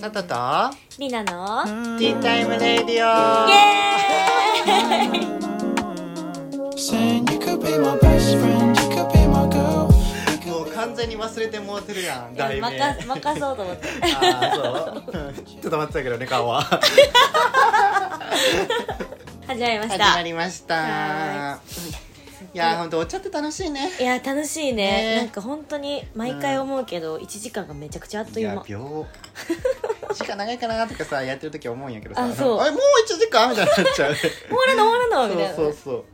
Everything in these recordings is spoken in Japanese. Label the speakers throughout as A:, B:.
A: さとと
B: りなの
A: ティータイムレディオ
B: イエーイ
C: Saying you could be my best friend, you could be my girl. You could
A: もう
C: be
A: 完全に忘れてもうてるやん 題名
B: 任せ任そうと思って
A: あ ーそうちょっと待ってたけどね顔は
B: 始まりまし
A: 始
B: た
A: まりました
B: はい
A: やーほんとお茶って楽しいね
B: いや楽しい
A: ね
B: ねなんか本当に毎回思うけど1時間がめちゃくちゃあっと
A: い
B: いう
A: や
B: 間
A: 秒時間長いかなとかさやってる時思うんやけどさ
B: あそう
A: あれもう1時間みたいになっ ちゃう
B: 終わらな終わらなみたいな
A: そうそうそう。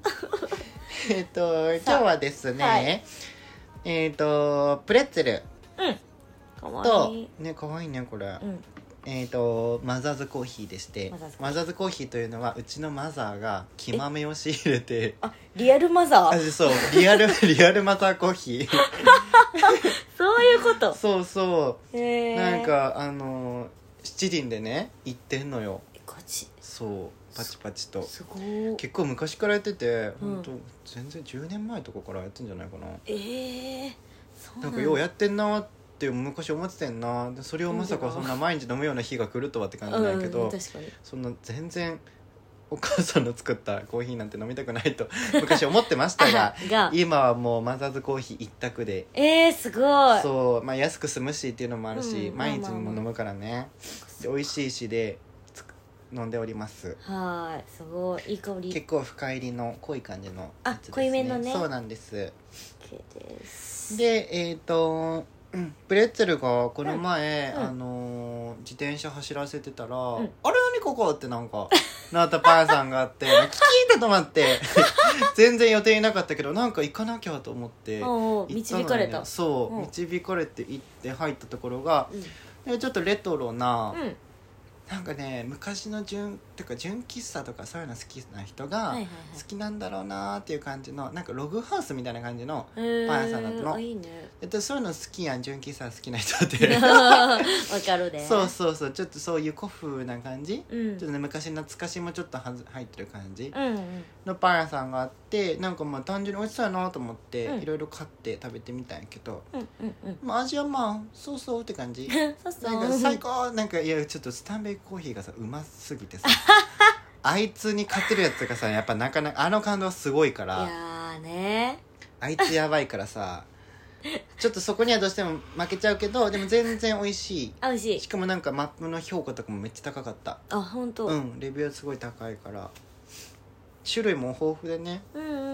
A: えっと今日はですね、
B: はい
A: えっとプレッツェル
B: かわ
A: と
B: いい
A: ね可愛いねこれ。
B: うん
A: えっとマザーズコーヒーでして
B: マザ
A: マザー
B: ーズコーヒー
A: ズコーヒーというのはうちのマザーが木豆を仕入れて。
B: あリアルマザ
A: あ
B: ー
A: そうリア ルリアルマザーコーヒー
B: そうい うこと
A: そうそ
B: へ
A: う
B: え
A: なんかあのー七輪でね行ってんのよ
B: こっち
A: そうパチパチと
B: すごい
A: 結構昔からやってて、
B: うん
A: ほんと全然10年前とかからやってんじゃないかな
B: ええそう
A: な
B: なんん
A: かようやってんなって昔思っててんなでそれをまさかそんな毎日飲むような日が来るとはって感じなんやけど、
B: うん、確かに
A: そんな全然お母さんの作ったコーヒーなんて飲みたくないと 昔思ってましたが
B: あが
A: 今はもうマザーズコーヒー一択で
B: ええすごい
A: そう、まあ、安く済むしっていうのもあるし、
B: うん
A: 毎日も飲むからね、で美味しいしでつく飲んでおります
B: はーいすごいいい香り
A: 結構深入りの濃い感じの
B: あ
A: やつです、ね、
B: 濃いめのね
A: そうなんです
B: 系です
A: でえっ、とうんプレッツェルがこの前、
B: うんうん
A: あのー自転車走らせてたら「
B: ん
A: あれ何ここ?」ってなんか なったパンさんがあって キキーンと止まって 全然予定いなかったけどなんか行かなきゃと思って行っ
B: おうおう
A: たのよ
B: 導かれた
A: そう、
B: うん
A: 導かれて行って入ったところが
B: うん
A: でちょっとレトロな、
B: うん
A: なんかね昔の純てか純喫茶とかそういうの好きな人が
B: はいはいはい
A: 好きなんだろうなーっていう感じのなんかログハウスみたいな感じの
B: パン
A: パン屋さんだったの
B: いい ね
A: えっと、そういうの好きやん純喫茶好きな人って
B: わかる で
A: そうそうそうちょっとそういう古風な感じ、
B: うん
A: ちょっとね昔懐かしもちょっとはず入ってる感じ
B: うんうん
A: のパン屋さんがあってなんかまあ単純に美味しそうやなと思って、
B: うん
A: いろいろ買って食べてみたんやけど、
B: うんうんうん
A: まあ、味はまあそうそうって感じ
B: そう そ
A: なんか最
B: う
A: 高なんかいやちょっとスタンベイコーヒーがさうますぎて さあいつに勝てるやつがさやっぱなかなかあの感動はすごいか
B: い
A: ら
B: やーね
A: あいつやばいからさちょっとそこにはどうしても負けちゃうけどでも全然美味し
B: あ美味
A: い
B: し
A: し
B: い
A: かもなんかマップの評価とかもめっちゃ高かった
B: あ本当
A: う
B: うん
A: んレビューすごい高いから種類も豊富でね
B: うんうんうんう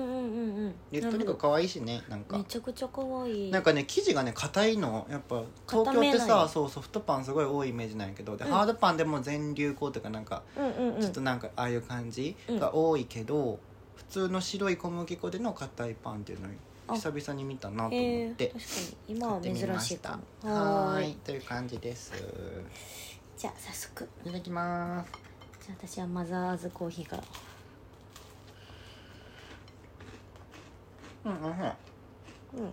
B: ん
A: でとにかく可愛いしねなんか
B: めちゃくちゃ可愛い
A: なんかね生地がね硬いのやっぱ東京って
B: 硬めなん
A: さ
B: や
A: そうソフトパンすごい多いイメージなんやけどで、
B: うん
A: ハードパンでも全粒粉とかなんか
B: うんうんうん
A: ちょっとなんかああいう感じ
B: うん
A: が多いけど、普通の白い小麦粉での硬いパンっていうの
B: あ
A: を久々に見たなと
B: へ
A: 思
B: ー
A: って
B: 確かに今は珍しいかも
A: は
B: は
A: ー
B: ー
A: いという感じです
B: じゃあ早速
A: いただきます
B: じゃあ私はマザーズコーヒーから
A: うんうんうん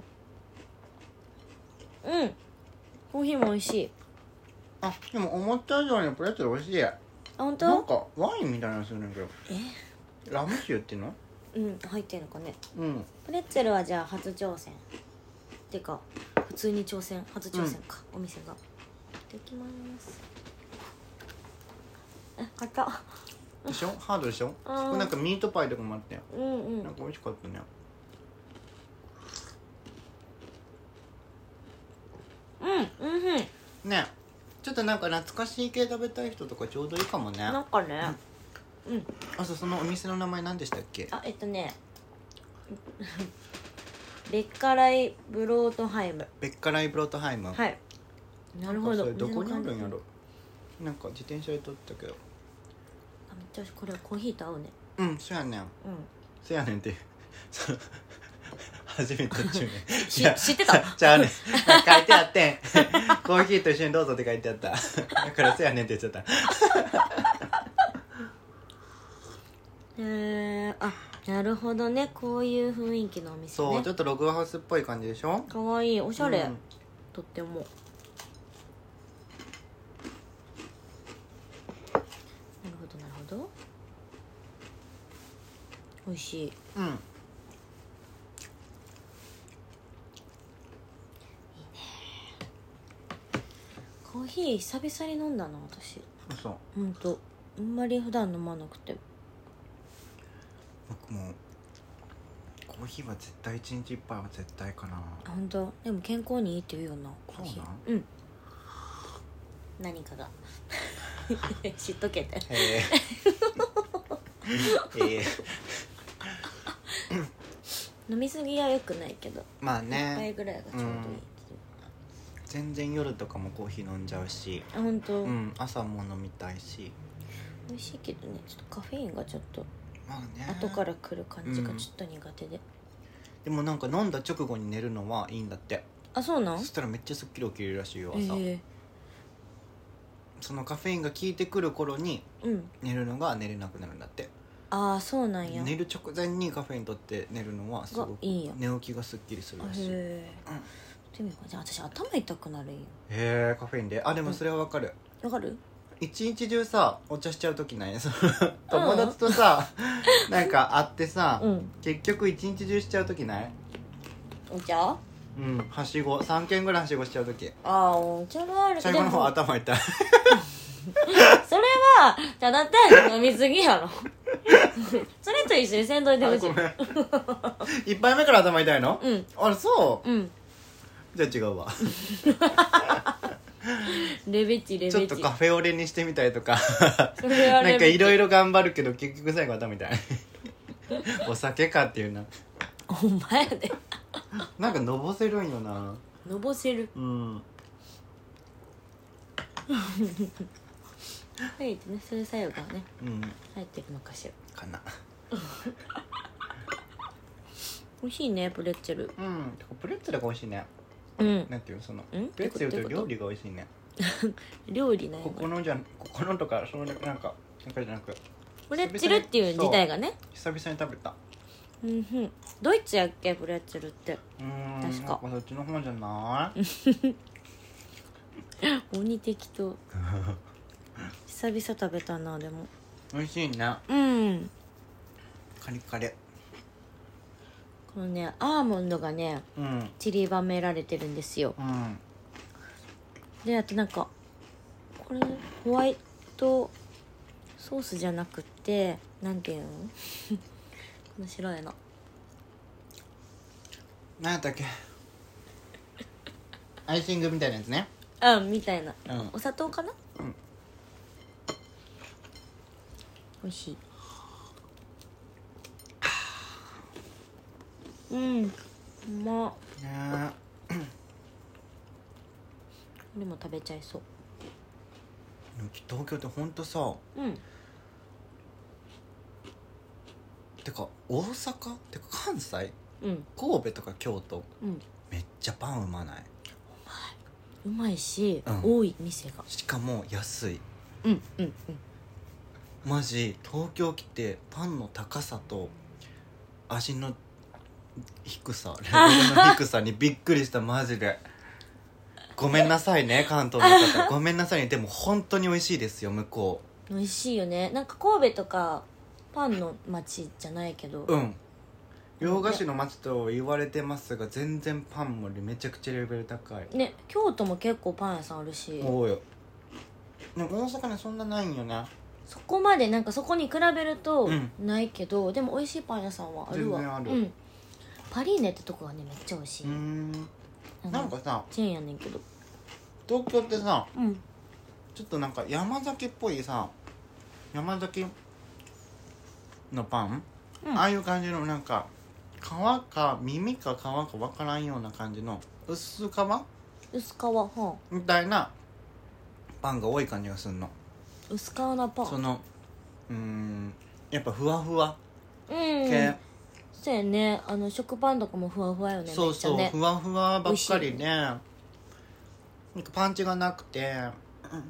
B: うんコーヒーも美味しい
A: あでも思った以上にプレッツェル美味しい
B: あ本
A: なん
B: 当
A: かワインみたいなのするんだけど
B: え
A: ラム酒っていうの
B: うん入ってるのかね
A: うん
B: プレッツェルはじゃあ初挑戦てか普通に挑戦初挑戦か、お店がいただきますあ硬っ
A: でしょハードでしょ
B: うん
A: これなんかミートパイとかもあって
B: うんうん
A: なんか美味しかったね
B: うんうんうん
A: ねちょっとなんか懐かしい系食べたい人とかちょうどいいかもね
B: なんかね
A: あそうそのお店の名前何でしたっけ
B: あえっとね ベッカライブロートハイム
A: ベッカライブロートハイム
B: はいなる
A: なん
B: ほ
A: かそ
B: ど
A: れどこにあ
B: 店
A: るんや
B: の感じ
A: ろなんか自転車で撮ったけど
B: あめっちゃこれコーヒーと合うね
A: うんそうやねん
B: うん
A: せやねんってそう初めて中年
B: し知ってた
A: じゃあねんなんか書いてあってんコーヒーと一緒にどうぞって書いてあっただからせやねんって言っちゃった
B: へえあなるほどねこういう雰囲気のお店
A: そう、
B: ね
A: ちょっとログハウスっぽい感じでしょ
B: かわいいおしゃれ、
A: うん
B: とってもなるほどなるほど美味しい
A: うん
B: こコーヒー久々に飲んだな私
A: そう
B: ほんとあんまり普段飲まなくて
A: 僕もコーヒーは絶対一日一杯は絶対かな
B: あ本当でも健康にいいって言うよなコーヒ
A: そうなん
B: ーうん何かが 知っとけって
A: へえへえ
B: 飲みすぎは良くないけど
A: まあ
B: 一杯
A: ね
B: ぐらいがちょうどいいっていう、
A: 全然夜とかもコーヒー飲んじゃうし
B: あ本当、
A: うん朝も飲みたいし
B: 美味しいけどねちょっとカフェインがちょっと
A: まあね
B: 後から来る感じがちょっと苦手で、
A: でもなんか飲んだ直後に寝るのはいいんだって
B: あそうなん
A: そしたらめっちゃすっきり起きれるらしいよ
B: ええ
A: 朝、そのカフェインが効いてくる頃に
B: うん
A: 寝るのが寝れなくなるんだって
B: ああそうなんや
A: 寝る直前にカフェイン取って寝るのはすご
B: が
A: く
B: いいんや
A: 寝起きがすっきりする
B: あ
A: ら
B: へ
A: しいへ
B: え、でもじゃあ私頭痛くなるんよ
A: えカフェインであでもそれはわかる、
B: わかる
A: 一日中さお茶しちゃう時 ないその友達とさ、なんか会ってさ、
B: うん
A: 結局一日中しちゃう時ない
B: お茶
A: うんはしご3軒ぐらいはしごしちゃう時
B: ああお茶はある
A: 最後の方
B: でも
A: 頭痛い
B: それはただ単に飲みすぎやろ それと一緒に先導で
A: あ
B: ほし
A: ご
B: い
A: めん一杯目から頭痛いの、
B: うん
A: あれそう、
B: うん
A: じゃあ違うわ
B: レベチレベ
A: ち
B: チ
A: ょっとカフェオレにしてみたりとか
B: それは
A: なんかいろい
B: ろ
A: ろ頑張るけど結局最後頭痛い お酒かっていうな
B: お前やで
A: なんかのぼせるんよな
B: のぼせる
A: うん
B: カフェインってねそういう作用がね
A: うん
B: 入ってるのかしら
A: かな
B: 美味しいねプレッツェル
A: うんてかプレッツェルが美味しいね
B: うん
A: なんていうのそのプ
B: ん
A: レッツェルと
B: どういうこ
A: 料
B: と
A: 理が美味しいね
B: 料理なんや
A: ここ
B: これ
A: のじゃここのとかそのなんかなんかじゃなく
B: プレッツェルっていう時代がね
A: 久々に食べた
B: うんうんドイツやっけプレッツェルって
A: うーん
B: 確か
A: やっぱそっちの方じゃない
B: 鬼適当 久々食べたなでも
A: 美味しいね
B: うん
A: カリカリ
B: このねアーモンドがね
A: うん
B: 散りばめられてるんですよ
A: うん
B: であとなんかこれホワイトソースじゃなくってなんていうの この白いの
A: 何やったっ けアイシングみたいなやつね
B: うんみたいな、
A: うん
B: お砂糖かな、
A: うん
B: 美味しいうんうまっ
A: ねえ
B: これも食べちゃいそう
A: 東京ってほんとさ
B: うん
A: てか大阪てか関西
B: うん
A: 神戸とか京都
B: うん
A: めっちゃパンうまないう
B: まいし、
A: うん
B: 多い店が
A: しかも安い
B: うんうん
A: マジ東京来てパンの高さと味の低さレベルの低さにびっくりしたマジでごめんなさいね関東の方ごめんなさいねでも本当に美味しいですよ向こ
B: うん美味しいよねなんか神戸とかパンの町じゃないけど、
A: ううん洋菓子の街と言われてますが全然パンもめちゃくちゃレベル高い
B: ね京都も結構パン屋さんあるし
A: おうよでも大阪にそんなないんよな
B: そこまでなんかそこに比べると
A: うん
B: ないけど、でも美味しいパン屋さんはあるわ
A: 全然ある
B: うん、パリーネってとこがねめっちゃ美味し
A: うー
B: い、
A: んなんかさ
B: チェーンやねんけど
A: 東京ってさ
B: うん
A: ちょっとなんか山崎っぽいさ山崎のパン、
B: うん
A: ああいう感じのなんか皮か耳か皮かわからんような感じの薄皮
B: 薄皮はあ
A: みたいなパンが多い感じがするの
B: 薄皮なパ
A: そ
B: ン
A: のうーんやっぱふわふわ
B: うん
A: 系、
B: そうやねあの食パンとかもふわふわよね
A: そうそう、
B: めっちゃね
A: ふわふわばっか
B: 美味し
A: り
B: い
A: でなんかパンチがなくて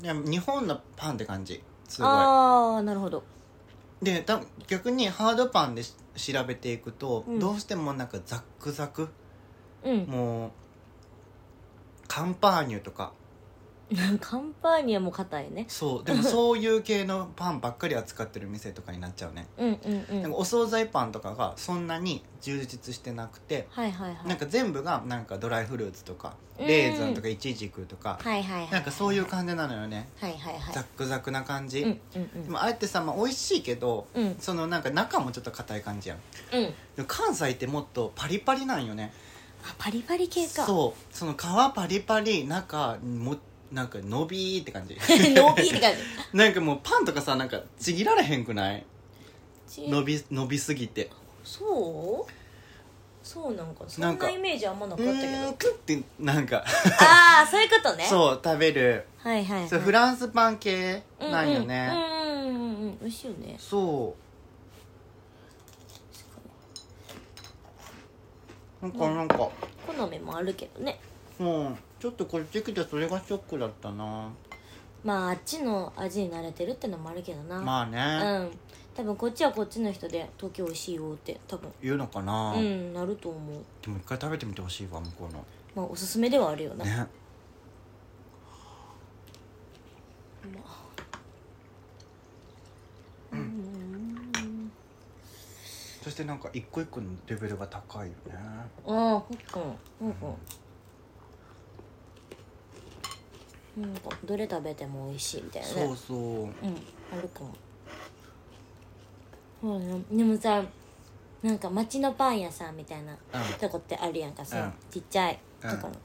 A: でも日本のパンって感じすごい
B: ああなるほど
A: で多分逆にハードパンでし調べていくと、
B: うん
A: どうしてもなんかザックザク
B: うん
A: もうカンパーニュとか
B: カンパーニュはもう硬いね
A: そう でもそういう系のパンばっかり扱ってる店とかになっちゃうね、
B: うんうんう
A: なんんかお惣菜パンとかがそんなに充実してなくて
B: はいはいはい
A: なんか全部がなんかドライフルーツとか
B: うん
A: レーズンとかイチジクとか、
B: はいはいはい
A: なんかそういう感じなのよね、
B: はいはいはい
A: ザックザクな感じ、
B: うんうん
A: でもあえてさ、まあ、美味しいけど、
B: うんうん
A: そのなんか中もちょっと硬い感じやん
B: うん
A: でも関西ってもっとパリパリなんよね
B: あパリパリ系 か
A: そうその皮パリパリ中もなんか伸びーって 感じ
B: ノーピーって感
A: なんかもうパンとかさなんかちぎられへんくない
B: じ
A: 伸び伸びすぎて
B: そうそうなんかそ
A: なんんか
B: なイメージあんまな
A: う
B: かったけ
A: ーん
B: ど
A: クってなんか
B: ああそういうことね
A: そう食べる
B: はいはいはい
A: そうフランスパン系なんよね、
B: うんうんうんうんうん美味しいよね
A: そうなんかなんか、
B: 好みもあるけどね
A: もうちょっとこっち来てそれがショックだったな
B: まああっちの味に慣れてるってのもあるけどな
A: まあね、
B: うん多分こっちはこっちの人で東京美味しいよって多分
A: 言うのかな、
B: うんなると思う
A: でも一回食べてみてほしいわ向こう
B: まあおすすめではあるよ
A: の
B: な、
A: ねそしてなんか一個一個のレベルが高いよね
B: ああそっかなんかなんかどれ食べても美味しいみたいなね
A: そうそう
B: うんあるかもそうねでもさなんか町のパン屋さんみたいなとこってあるやんかさ、
A: うん
B: ちっちゃいところ、
A: うん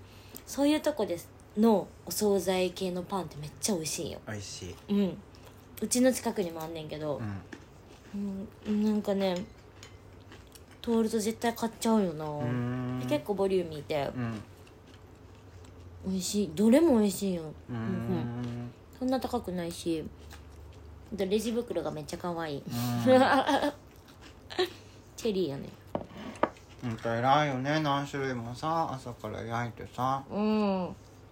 B: そういうとこですのお惣菜系のパンってめっちゃ美味しいよ
A: 美味しい
B: うんうちの近くにもあんねんけど
A: う、
B: うんなんかね通ると絶対買っちゃうよな、
A: ん
B: で結構ボリューミーで
A: うん
B: 美味しいどれも美味しいよ
A: う
B: うん
A: ん
B: そんな高くないしあとレジ袋がめっちゃ可愛い チェリーやね
A: 本当偉いよね何種類もさ朝から焼いてさ
B: うん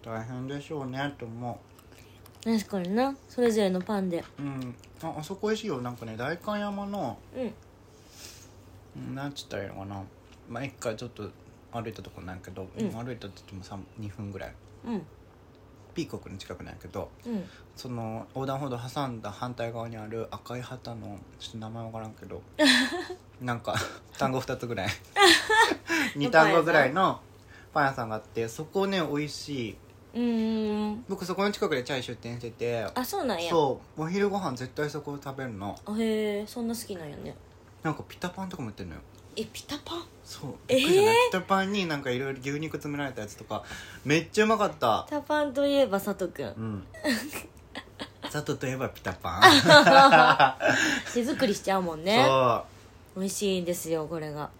A: 大変でしょうねと思
B: 確かになそれぞれのパンで
A: ううんああそこ美味しいよなんかね代官山の
B: うん
A: うんなんつったらいいのかなまあ一回ちょっと歩いたとこなんやけど、
B: うん
A: 歩いたって言ってもさ2分ぐらい
B: うん
A: ピーコックの近くなんやけど
B: うん
A: その横断歩道挟んだ反対側にある赤い旗のちょっと名前わからんけ どなんか単語2つぐらい2単語ぐらいのパン屋さんがあってそこね美味しいう
B: ーん
A: 僕そこの近くでチャイ出店してて
B: あそうなんや
A: そうお昼ご飯絶対そこ食べるの
B: あへえそんな好きなんやね
A: なんかピタパンとかも売ってるのよ
B: えピタパン
A: そう
B: えー
A: びっくりしたねピタパンになんかいろいろ牛肉詰められたやつとかめっちゃうまかった
B: ピタパンといえば佐藤くん
A: うん 佐藤といえばピタパン
B: 手作りしちゃうもんね
A: そう
B: 美味しいんですよこれが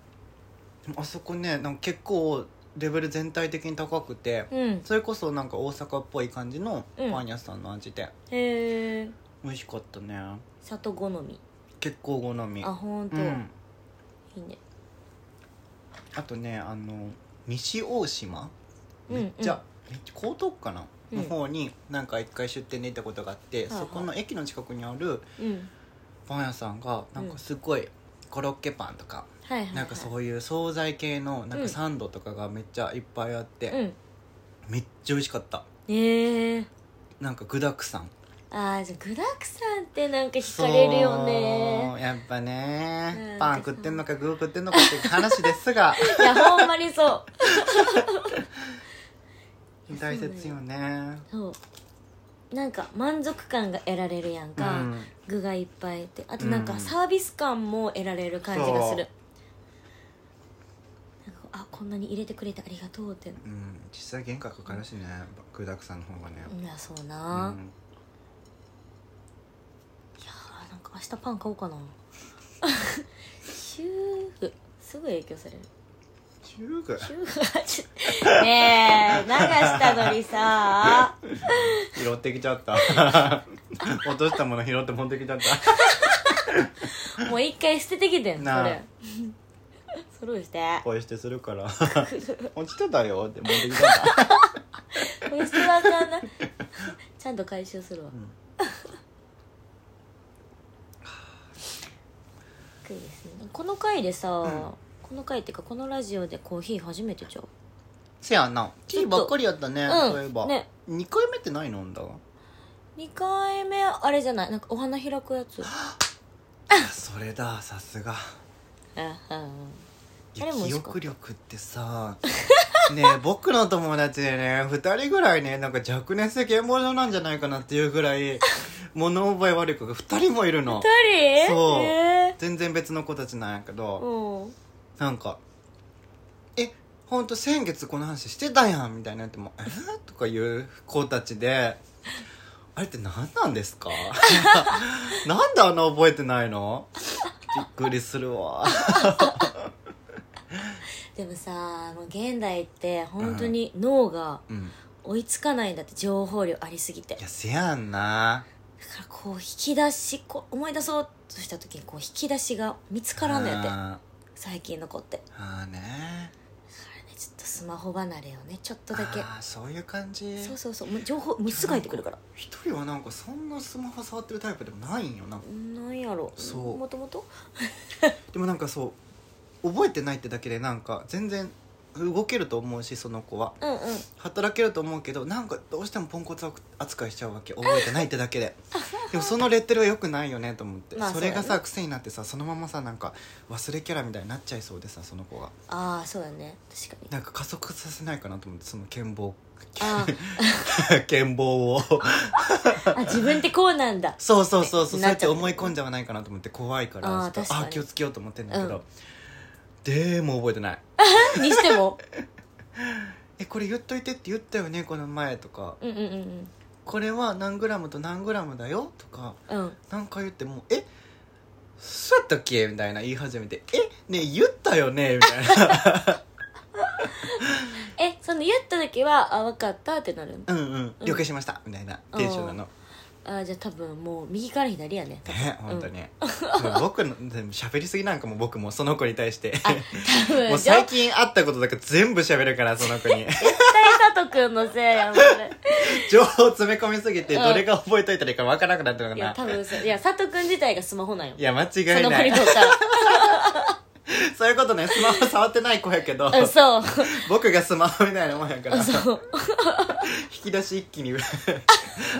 A: あそこねなんか結構レベル全体的に高くて、
B: うん
A: それこそなんか大阪っぽい感じの
B: うん
A: パン屋さんの味で、
B: へえ
A: 美味しかったね
B: 佐藤好み
A: 結構好み
B: あほんと、
A: うん、
B: いいね
A: あとねあの西大島
B: うんうん
A: めっちゃ、めっちゃ江東区かな、
B: うん
A: の方になんか一回出店で行ったことがあって、
B: いはい
A: そこの駅の近くにある
B: うん
A: パン屋さんがなんかすごいコロッケパンとか、
B: はいはい、はい、
A: なんかそういう惣菜系のなん
B: うん
A: かサンドとかがめっちゃいっぱいあって、
B: うん
A: めっちゃ美味しかった
B: へえ
A: なんか具だくさん
B: あーじゃあ具だくさんってなんか惹かれるよ
A: そ
B: ね
A: うやっぱね、
B: うん
A: パン食ってんのか具食ってんのかっていう話です が
B: いやほんまにそう
A: 大切よね
B: そうなんか満足感が得られるやんか、
A: うん
B: 具がいっぱいってあとなん
A: う
B: か
A: ん
B: サービス感も得られる感じがする、なんかあこんなに入れてくれてありがとうって
A: うん実際原価かかるしね具だくさんの方がね、
B: いやそう
A: う
B: な、い
A: ん、
B: やーなんか明日パン買おうかな シューフすぐ影響される
A: 中華
B: シューフちょねえ流したのにさ
A: 拾ってきちゃった 落としたもの拾って持ってきちゃった
B: もう一回捨ててきてんそ
A: なあ
B: れ スルーして
A: ポイ捨てするから 落ちてたよって持ってきちゃった
B: こいつはあかんな ちゃんと回収するわ、
A: ん
B: いいですねこの回でさ、この回っていうかこのラジオでコーヒー初めてちゃう
A: せやなティーばっかりやったね
B: うん
A: そういえば、
B: ね
A: 2回目ってないのんだ
B: 2回目あれじゃないなんかお花開くや つ
A: それださすがいや
B: あれも美味
A: 記
B: しかった
A: 憶力ってさ ねえ僕の友達でね2人ぐらいねなんか若年性健忘症なんじゃないかなっていうぐらい物覚え悪い子が2人もいるの
B: 誰
A: そう
B: え
A: 全然別の子たちなんやけど、
B: ー、うん
A: なんか「えほんと先月この話してたやん」みたいになっても「えとかいう子たちで「あれって何なんです か? 」なんであんな覚えてないのびっくりするわ
B: でもさもう現代って本当に脳が
A: うん
B: 追いつかないんだって情報量ありすぎて
A: いやせやんな
B: だからこう引き出しこう思い出そうとした時にこう引き出しが見つからんのやって
A: あ
B: 最近の子って
A: ーあーね
B: だからねちょっとスマホ離れをねちょっとだけ
A: あーそういう感じ
B: そうそうそうもう情報もうすぐ入ってくるから
A: 一人はなんかそんなスマホ触ってるタイプでもないんよな
B: なんやろ
A: そう
B: もともと
A: でもなんかそう覚えてないってだけでなんか全然動けると思うしその子は
B: うんうん
A: 働けると思うけどなんかどうしてもポンコツ扱いしちゃうわけ覚えてないってだけ ででもそのレッテルは良くないよねと思って、
B: まあ
A: それが
B: そうだ
A: さ癖になってさそのままさなんか忘れキャラみたいになっちゃいそうでさその子が
B: ああそうだね確 かに
A: なんか加速させないかなと思ってその健 忘
B: あ
A: 健忘を
B: ーあ自分ってこうなんだ
A: そうそうそうそうそう
B: な
A: や
B: っ
A: っ
B: ち
A: て
B: ゃう
A: 思い込んじゃわないかなと思って怖いから
B: あー
A: ちょっと
B: 確かに
A: ー気をつけようと思ってんだけど、
B: うん
A: でも覚えてない
B: にしても
A: えこれ言っといてって言ったよねこの前とか
B: うんうんうん
A: これは何グラムと何グラムだよとか
B: うんうん
A: なんか言ってもう「えそうやったっけ?」みたいな言い始めて「えねえ言ったよね?」みた いな
B: えその言った時はあ分かったってなるの
A: うんうん
B: うん
A: 了解しましたみたいなテンションなの
B: あーじゃあ多分もう右から左やね
A: ね本当に、もう僕のでも喋りすぎなんかも僕もその子に対して
B: 多分
A: もう最近会ったことだから全部喋るからその子に
B: 絶対佐藤君のせいやもんね
A: 情報詰め込みすぎて
B: うん
A: どれが覚えといたらいいかわ からなくなったの
B: い
A: か
B: や
A: な
B: 多分そういや佐藤君自体がスマホなんよ
A: いや間
B: そ
A: 違い
B: の子
A: な
B: に
A: い
B: とったら
A: そういうことねスマホ触ってない子やけど
B: うんそう
A: 僕がスマホみたいなもんやから引
B: そう
A: き出し一気に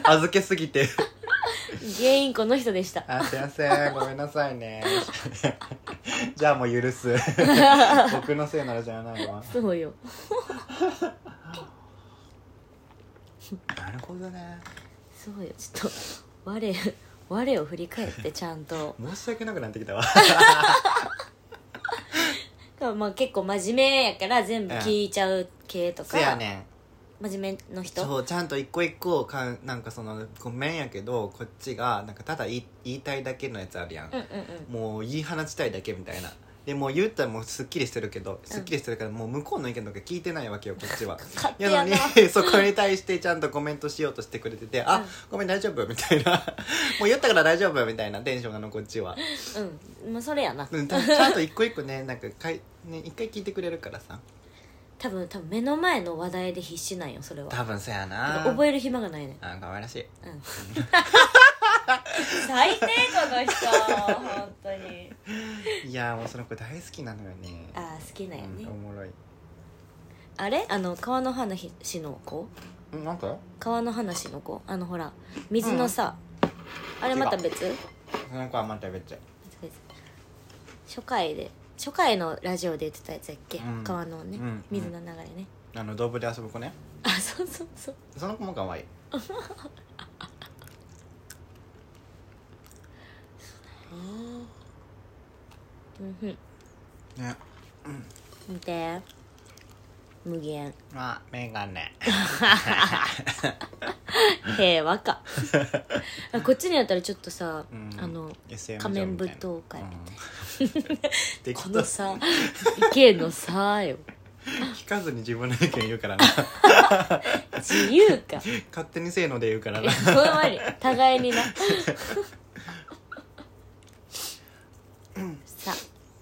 A: 預けすぎて
B: 原因この人でした
A: あすいませんごめんなさいね じゃあもう許 す僕のせいならじゃないわ
B: そうよ
A: なるほどね
B: そうよちょっと我我を振り返ってちゃんと
A: 申し訳なくなってきたわ
B: まあ結構真面目やから全部聞いちゃう系と
A: そ
B: か、
A: やね
B: 真面目の人
A: そうちゃんと一個一個をかんなんかそのごめんやけどこっちがなんかただ言い言いたいだけのやつあるやん、
B: うんうんうん
A: もう言い放ちたいだけみたいなでもう言ったらもうすっきりしてるけど
B: ん
A: すっきりしてるからもう向こうの意見とか聞いてないわけよこっちは
B: 勝手やな
A: のに そこに対してちゃんとコメントしようとしてくれてて「
B: う
A: あ
B: ん
A: ごめん大丈夫」みたいな 「もう言ったから大丈夫」みたいなテンションなのこっちは、
B: うんまあそれやな
A: うん、たちゃんと一個一個ねなんかかい、ね、一回聞いてくれるからさ
B: 多分多分目の前の話題で必死なんよそれは
A: 多分そやな
B: 覚える暇がないね
A: あ可愛らしい
B: う ん最低この人本当に
A: いやーもうその子大好きなのよね
B: あー好きなんやね
A: うんおもろい
B: あれあの川の花氏の子
A: うんなんか
B: 川の花氏の子あのほら水のさ、あれまた別
A: その子はまた別に
B: 別初回で初回のラジオで言ってたやつやっけ、
A: うん
B: 川のね、
A: うん
B: 水の流れね
A: あの動物で遊ぶ子ね
B: あそうそうそう
A: その子も可愛い
B: うんうん
A: ね
B: 見て無限
A: あメガネ
B: 平和 かあこっちにやったらちょっとさ、
A: うん
B: あの
A: SM
B: 仮面舞踏会
A: うん
B: み
A: 適
B: こ
A: 当
B: のさ意見のさよ
A: 聞かずに自分の意見言うから な
B: 自由か
A: 勝手にせーので言うからな
B: ふんわり互いになさあ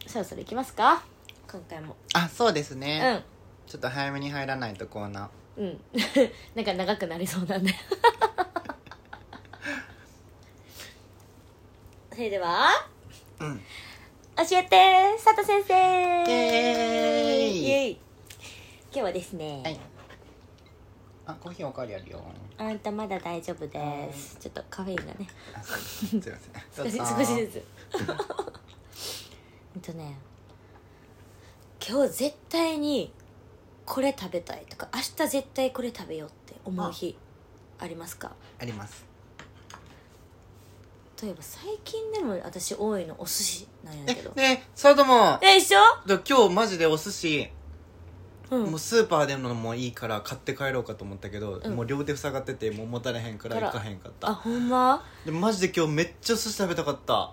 B: そろそろ行きますか今回も
A: あそうですね、
B: う
A: ちょっと早めに入らないとコーナ
B: んうん なんか長くなりそうなんで それでは、
A: ん
B: 教えて佐藤先生
A: ーイエーイ
B: イエイ今日はですね、
D: はいあコーヒーおかわりあるよ
B: あんたまだ大丈夫です、ちょっとカフェインがね
A: あすいません
D: どうぞ
B: 少しずつほんとね今日絶対にこれ食べたいとか明日絶対これ食べようって思う日ありますか
A: あります
B: 例えば最近でも私多いのお寿司なんや
A: え
B: けど
A: ねそれとも
B: え一緒
A: で今日マジでお寿司、
B: うん
A: もうスーパーでのもいいから買って帰ろうかと思ったけど、
B: うん
A: もう両手塞がっててもう持たれへんから
B: あら
A: 行かへんかっ
B: あ
A: た
B: ほんま
A: でマジで今日めっちゃ寿司食べたか った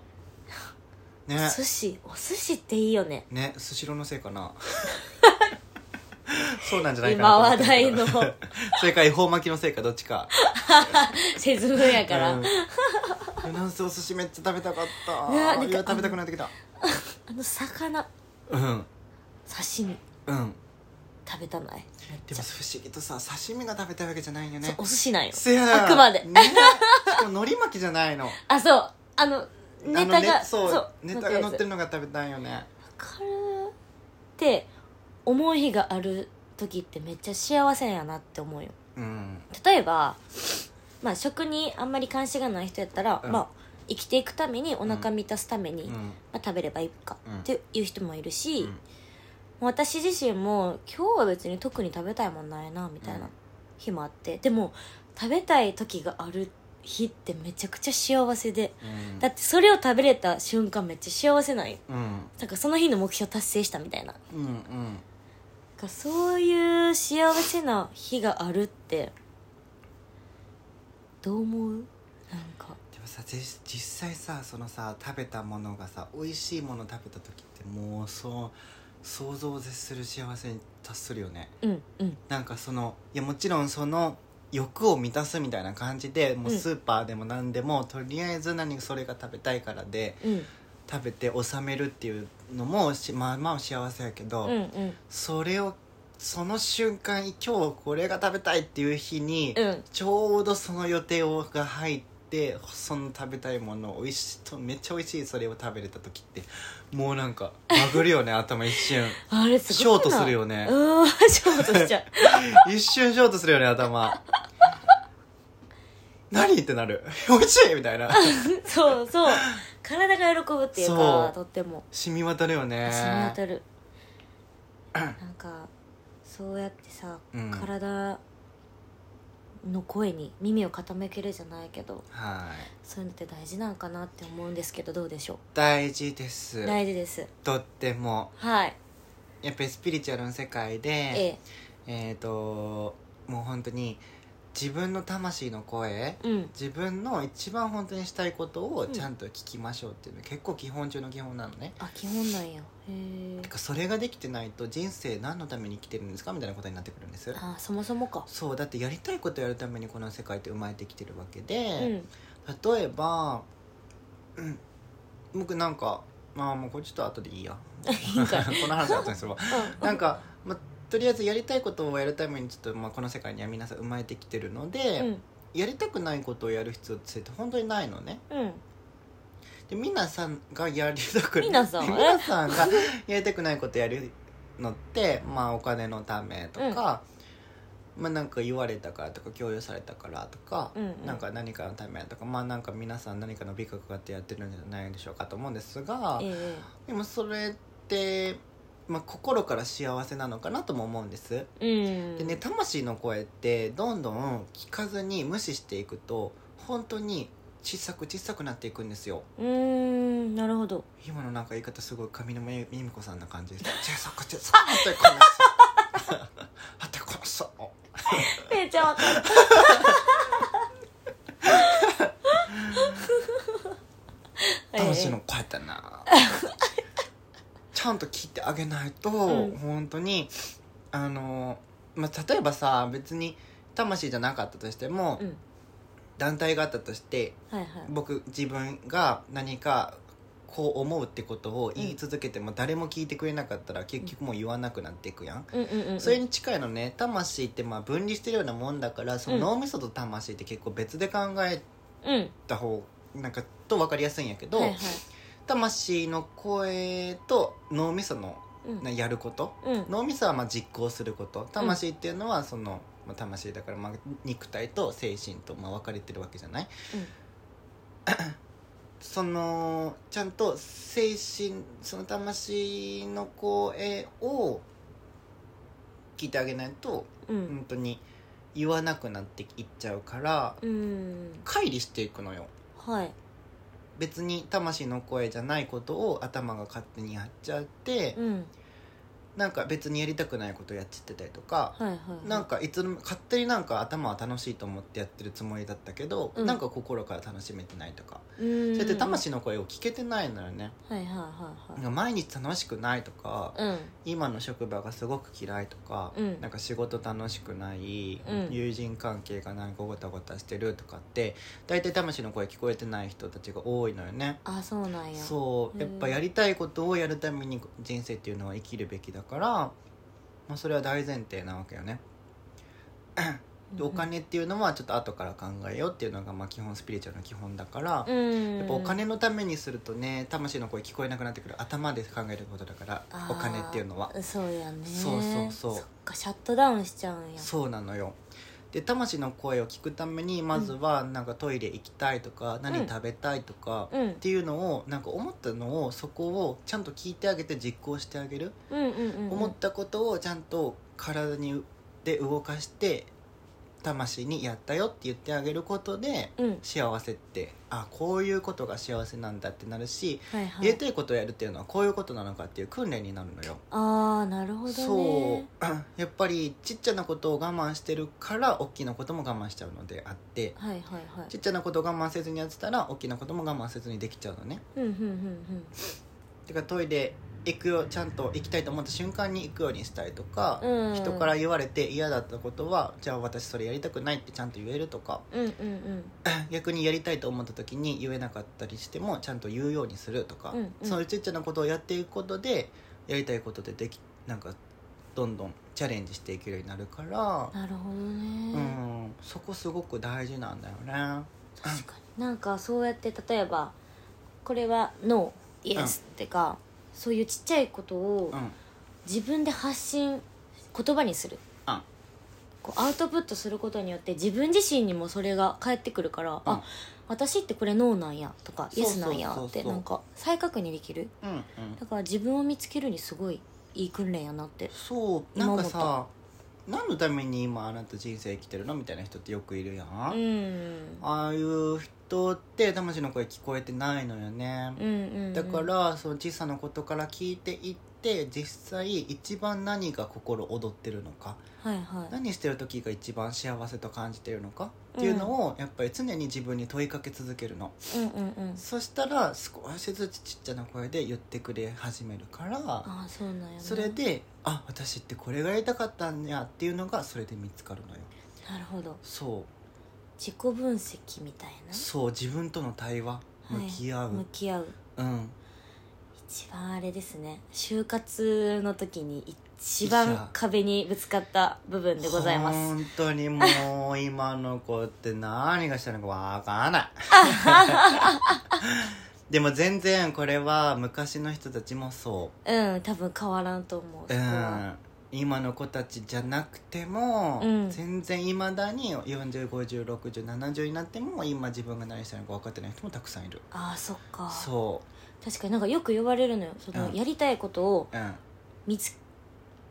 A: ね
B: 寿司お寿司っていいよね
A: ねスシローのせいかな そうなんじゃないかな
B: 今
A: と思
B: 話
A: って
B: 題の
A: それか恵方巻きのせいかどっちか
B: 節分やから、
A: うんフランスお寿司めっちゃ食べたかった、
B: ねなんか
A: いや食べたくなってきた
B: あの魚
A: うん
B: 刺身
A: うん
B: 食べたないめっ
A: で
B: ち
A: も
B: ゃ、
A: 不思議とさ刺身が食べたいわけじゃないよ
B: そう
A: ね
B: お寿司なんよ
A: せや
B: あくまで
A: ね、しかも海苔巻きじゃないの
B: あそうあの ネタ
A: あの
B: が
A: ねそうネタが載って
B: る
A: るのが食べたいよね
B: わかるって思う日がある時ってめっちゃ幸せやなって思うよ
A: うん
B: 例えばまあ食にあんまり関心がない人やったら、
A: うん
B: まあ生きていくためにお腹満たすために、
A: うん
B: まあ、食べればいいか
A: うん
B: っていう人もいるし、
A: うん
B: 私自身も今日は別に特に食べたいもんないなみたいな日もあって、でも食べたい時がある日ってめちゃくちゃ幸せで
A: うん
B: だってそれを食べれた瞬間めっちゃ幸せなんよ
A: うん
B: なんかその日の目標達成したみたいななん
A: うんうん
B: かそういう幸せな日があるってどう思うなんか
A: でもさぜ実際さそのさ食べたものがさ美味しいもの食べた時ってもうそう想像を絶する幸せに達するよね
B: うんうん
A: なんかそのいやもちろんその欲を満たすみたいな感じでもう
B: うん
A: スーパーでも何でも、とりあえず何それが食べたいからで
B: うん
A: 食べて納めるっていうのもしまあまあ幸せやけど、
B: うんうん
A: それをその瞬間に今日これが食べたいっていう日に、
B: うん
A: ちょうどその予定をが入ってその食べたいものを美味しいとめっちゃ美味しいそれを食べれた時ってもうなんかバグるよね 頭一瞬
B: あれす
A: シ
B: ご
A: ョ
B: い
A: ー
B: な
A: トするよね
B: うん ショートしちゃう
A: 一瞬ショートするよね頭 何ってなる 美味しいみたいな
B: そうそう体が喜ぶっていう
A: そ
B: か
A: う
B: とっても
A: 染み渡るよね
B: 染み当たるなんかそうやってさ、
A: うん
B: 体の声に耳を傾けるじゃないけど
A: はい
B: そういうのって大事なんかなって思うんですけどどうでしょ
A: 大事です
B: う大事です
A: とっても
B: はい
A: やっぱりスピリチュアルの世界で
B: ええ
A: えー、ともう本当に自分の魂の声
B: うん
A: 自分の一番本当にしたいことを
B: ん
A: ちゃんと聞きましょうっていうの、結構基本中の基本なのね
B: あ基本なんやへえ
A: てかそれができてないと人生何のために生きてるんですかみたいなことになってくるんです
B: あそもそもか
A: そうだってやりたいことやるためにこの世界って生まれてきてるわけ
B: う
A: で、
B: ん
A: 例えば、うん、僕なんかまあもうこれちょっと後でいいや
B: いいんかい
A: この話は後にするわなんか、まあ、とりあえずやりたいことをやるためにちょっと、まあ、この世界には皆さん生まれてきてるので、
B: うんうん
A: やりたくないことをやる必要性って本当にないのね
B: うん
A: で皆さんがやりたく
B: 皆さんは
A: 皆さんがやりたくないことやるのって、まあ、お金のためとか、まあ、なんか言われたからとか強要されたからとか、
B: うんうん
A: なんか何かのためとかまあなんか皆さん何かの美学があってやってるんじゃないでしょうかと思うんですが
B: ええ
A: でもそれって、まあ、心から幸せなのかなとも思うんです。
B: うん
A: でね魂の声ってどんどん聞かずに無視していくと本当に小さく小さくなっていくんですよ
B: うーんなる ほど
A: 今のなんか言い方すごい上沼恵美子さんな感じで す小さく小さくあってこのそうあってこのそう
B: めっちゃわかる
A: 魂の声だなちゃんと聞いてあげないと、
B: うん
A: 本当にあの、まあ、例えばさ別に魂じゃなかったとしても、
B: うん
A: 団体があったとして
B: はいはい
A: 僕自分が何かこう思うってことを言い続けても誰も聞いてくれなかったら結局もう言わなくなっていくやん、
B: うんうんうんうん
A: それに近いのね魂ってまあ分離してるようなもんだからその
B: うん
A: 脳みそと魂って結構別で考え
B: うん
A: た方なんかと分かりやすいんやけど、
B: はいはい
A: 魂の声と脳みその
B: うん
A: なやること、
B: うん
A: 脳みそはまあ実行すること魂っていうのはその、まあ、魂だからまあ肉体と精神とまあ分かれてるわけじゃない、 そのちゃんと精神その魂の声を聞いてあげないと
B: う
A: 本
B: ん
A: 当に言わなくなっていっちゃうから
B: うん
A: 乖離していくのよ
B: はい
A: 別に魂の声じゃないことを頭が勝手にやっちゃって、
B: うん
A: なんか別にやりたくないことやっちゃってたりとか、
B: はいはいはい
A: なんかいつの勝手になんか頭は楽しいと思ってやってるつもりだったけど、
B: うん
A: なんか心から楽しめてないとか、
B: うん
A: それって魂の声を聞けてないのよね、
B: はいはいはいはい
A: なんか毎日楽しくないとか、
B: うん
A: 今の職場がすごく嫌いとか、
B: うん
A: なんか仕事楽しくない、
B: うん
A: 友人関係がなんかごたごたしてるとかって大体魂の声聞こえてない人たちが多いのよね。
B: あそうなんや
A: そうやっぱやりたいことをやるために人生っていうのは生きるべきだから、まあ、それは大前提なわけよねでお金っていうのはちょっと後から考えようっていうのがまあ基本スピリチュアルの基本だから、
B: うん
A: やっぱお金のためにするとね魂の声聞こえなくなってくる頭で考えることだから
B: あー
A: お金っていうのは
B: そうやね
A: そうそうそう
B: そっかシャットダウンしちゃうんや
A: そうなのよで魂の声を聞くためにまずはなんかトイレ行きたいとか、何食べたいとか、
B: うん
A: っていうのをなんか思ったのをそこをちゃんと聞いてあげて実行してあげる、
B: うんうんうんうん
A: 思ったことをちゃんと体にで動かして魂にやったよって言ってあげることで
B: うん
A: 幸せってあこういうことが幸せなんだってなるし、
B: はいは
A: や
B: い
A: りたいことをやるっていうのはこういうことなのかっていう訓練になるのよ。
B: ああなるほどね
A: そう やっぱりちっちゃなことを我慢してるから大きなことも我慢しちゃうのであって
B: はいはいはい
A: ちっちゃなことを我慢せずにやってたら大きなことも我慢せずにできちゃうのね
B: うんうんうん
A: てかトイレ行くよちゃんと行きたいと思った瞬間に行くようにしたりとか、
B: うん
A: 人から言われて嫌だったことはじゃあ私それやりたくないってちゃんと言えるとか
B: うんうんうん
A: 逆にやりたいと思った時に言えなかったりしてもちゃんと言うようにするとか、
B: うんうん
A: そういうちっちゃなことをやっていくことでやりたいことでできなんかどんどんチャレンジしていけるようになるから
B: う、んなるほど
A: うん
B: ね、
A: そこすごく大事なんだよね。
B: 確かになんかそうやって例えばこれはノーイエスってか、そういうちっちゃいことを
A: うん
B: 自分で発信言葉にする
A: あ
B: こうアウトプットすることによって自分自身にもそれが返ってくるから、あ私ってこれノーなんやとか
A: そう
B: イエ
A: そう
B: ス
A: そう
B: な
A: そうん
B: やってなんか再確認できる
A: うんうん、
B: だから自分を見つけるにすごいいい訓練やなって
A: そう
B: 今
A: なん
B: 思
A: か
B: った
A: さ何のために今あなた人生生きてるのみたいな人ってよくいるや、
B: うんん
A: ああいう人って魂の声聞こえてないのよね
B: うん、うんうん
A: だからその小さなことから聞いていって実際一番何が心躍ってるのか
B: はいはい
A: 何してる時が一番幸せと感じてるのかっていうのをやっぱり常に自分に問いかけ続けるの、
B: うんうんうん
A: そしたら少しずつちっちゃな声で言ってくれ始めるから
B: ああそうなんやね
A: それであ私ってこれがやりたかったんやっていうのがそれで見つかるのよ
B: なるほど
A: そ
B: 自己分析みたいうな
A: そう自分との対話
B: はい
A: 向き合う、
B: 向き合う
A: うん
B: 一番あれですね就活の時に一
A: いや
B: 番壁にぶつかった部分でございます
A: 本当にもう今の子って何がしたのかわから ないでも全然これは昔の人たちもそ
B: うん多分変わらんと思う
A: う、う
B: そこは
A: ん、今の子たちじゃなくても、
B: うん
A: 全然いまだに40506070になっても今自分が何したのか分かってない人もたくさんいる
B: ああそっか
A: そ
B: 確かになんかよく言われるのよその、
A: うん
B: やりたいことを
A: ううん
B: 見つ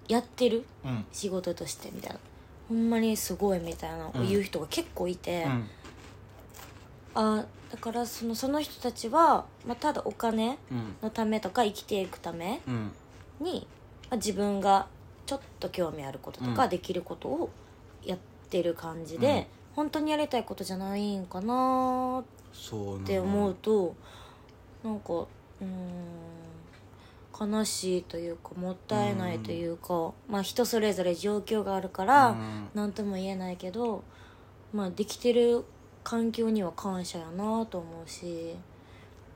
B: やってる
A: うん
B: 仕事としてみたいなほんまにすごいみたいなのを言う人が結構いて、
A: うん
B: あだからそのその人たちは、まあ、ただお金
A: うん
B: のためとか生きていくため
A: うん
B: に、まあ、自分がちょっと興味あることとか、
A: うん
B: できることをやってる感じで、本当にやりたいことじゃないんかなーっ
A: そうなの
B: て思うと、なんかうーん悲しいというかもったいないというか、まあ人それぞれ状況があるから、
A: うん
B: なんとも言えないけど、まあ、できてる環境には感謝やなと思うし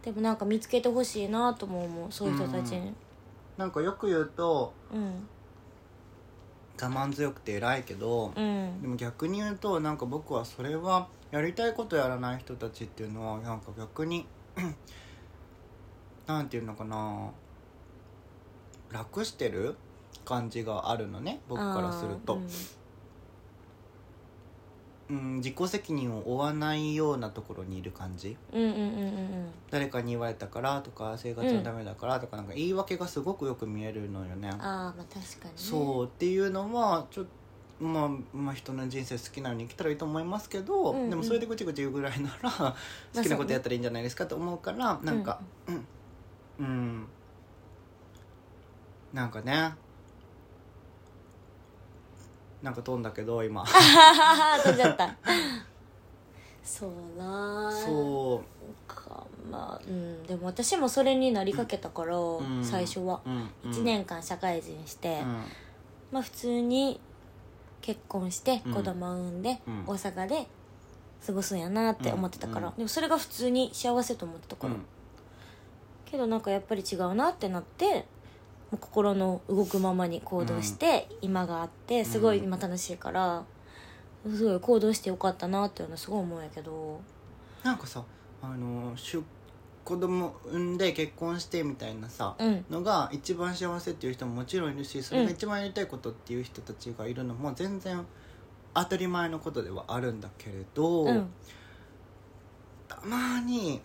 B: でもなんか見つけてほしいなとも思うそういう人たちに。
A: なんかよく言うと
B: うん
A: 我慢強くて偉いけど
B: う、ん
A: でも逆に言うとなんか僕はそれはやりたいことやらない人たちっていうのはなんか 逆になんていうのかな楽してる感じがあるのね僕からする
B: あ
A: と、うん自己責任を負わないようなところにいる感じ
B: ーうんうんうんうんうん
A: 誰かに言われたからとか生活のためだからとかなんか言い訳がすごくよく見えるのよね、
B: ああまあ確かにね
A: そうっていうのはちょっとまあ、まあ人の人生好きなように生きたらいいと思いますけど、
B: うんうん
A: でもそれでぐちぐち言うぐらいなら好きなことやったらいいんじゃないですかと思うからなんかうん、うん、なんかねなんか飛んだけど今
B: あ ー飛んじゃった そうなー
A: そ
B: かまあうんでも私もそれになりかけたから、
A: う、うん
B: 最初は、
A: うんうん
B: 1年間社会人して、
A: うん
B: まあ普通に結婚して
A: うん
B: 子供産んで、
A: うん
B: 大阪で過ごすんやなって思ってたから、
A: うん
B: でもそれが普通に幸せと思ってたから、けどなんかやっぱり違うなってなってもう心の動くままに行動して、今があってすごい今楽しいから、すごい行動してよかったなっていうのはすごい思うんやけど
A: なんかさあのしゅ子供産んで結婚してみたいなさ、
B: うん
A: のが一番幸せっていう人ももちろんいるしそれ
B: う
A: が
B: ん
A: 一番やりたいことっていう人たちがいるのも全然当たり前のことではあるんだけれど、
B: うん
A: たまに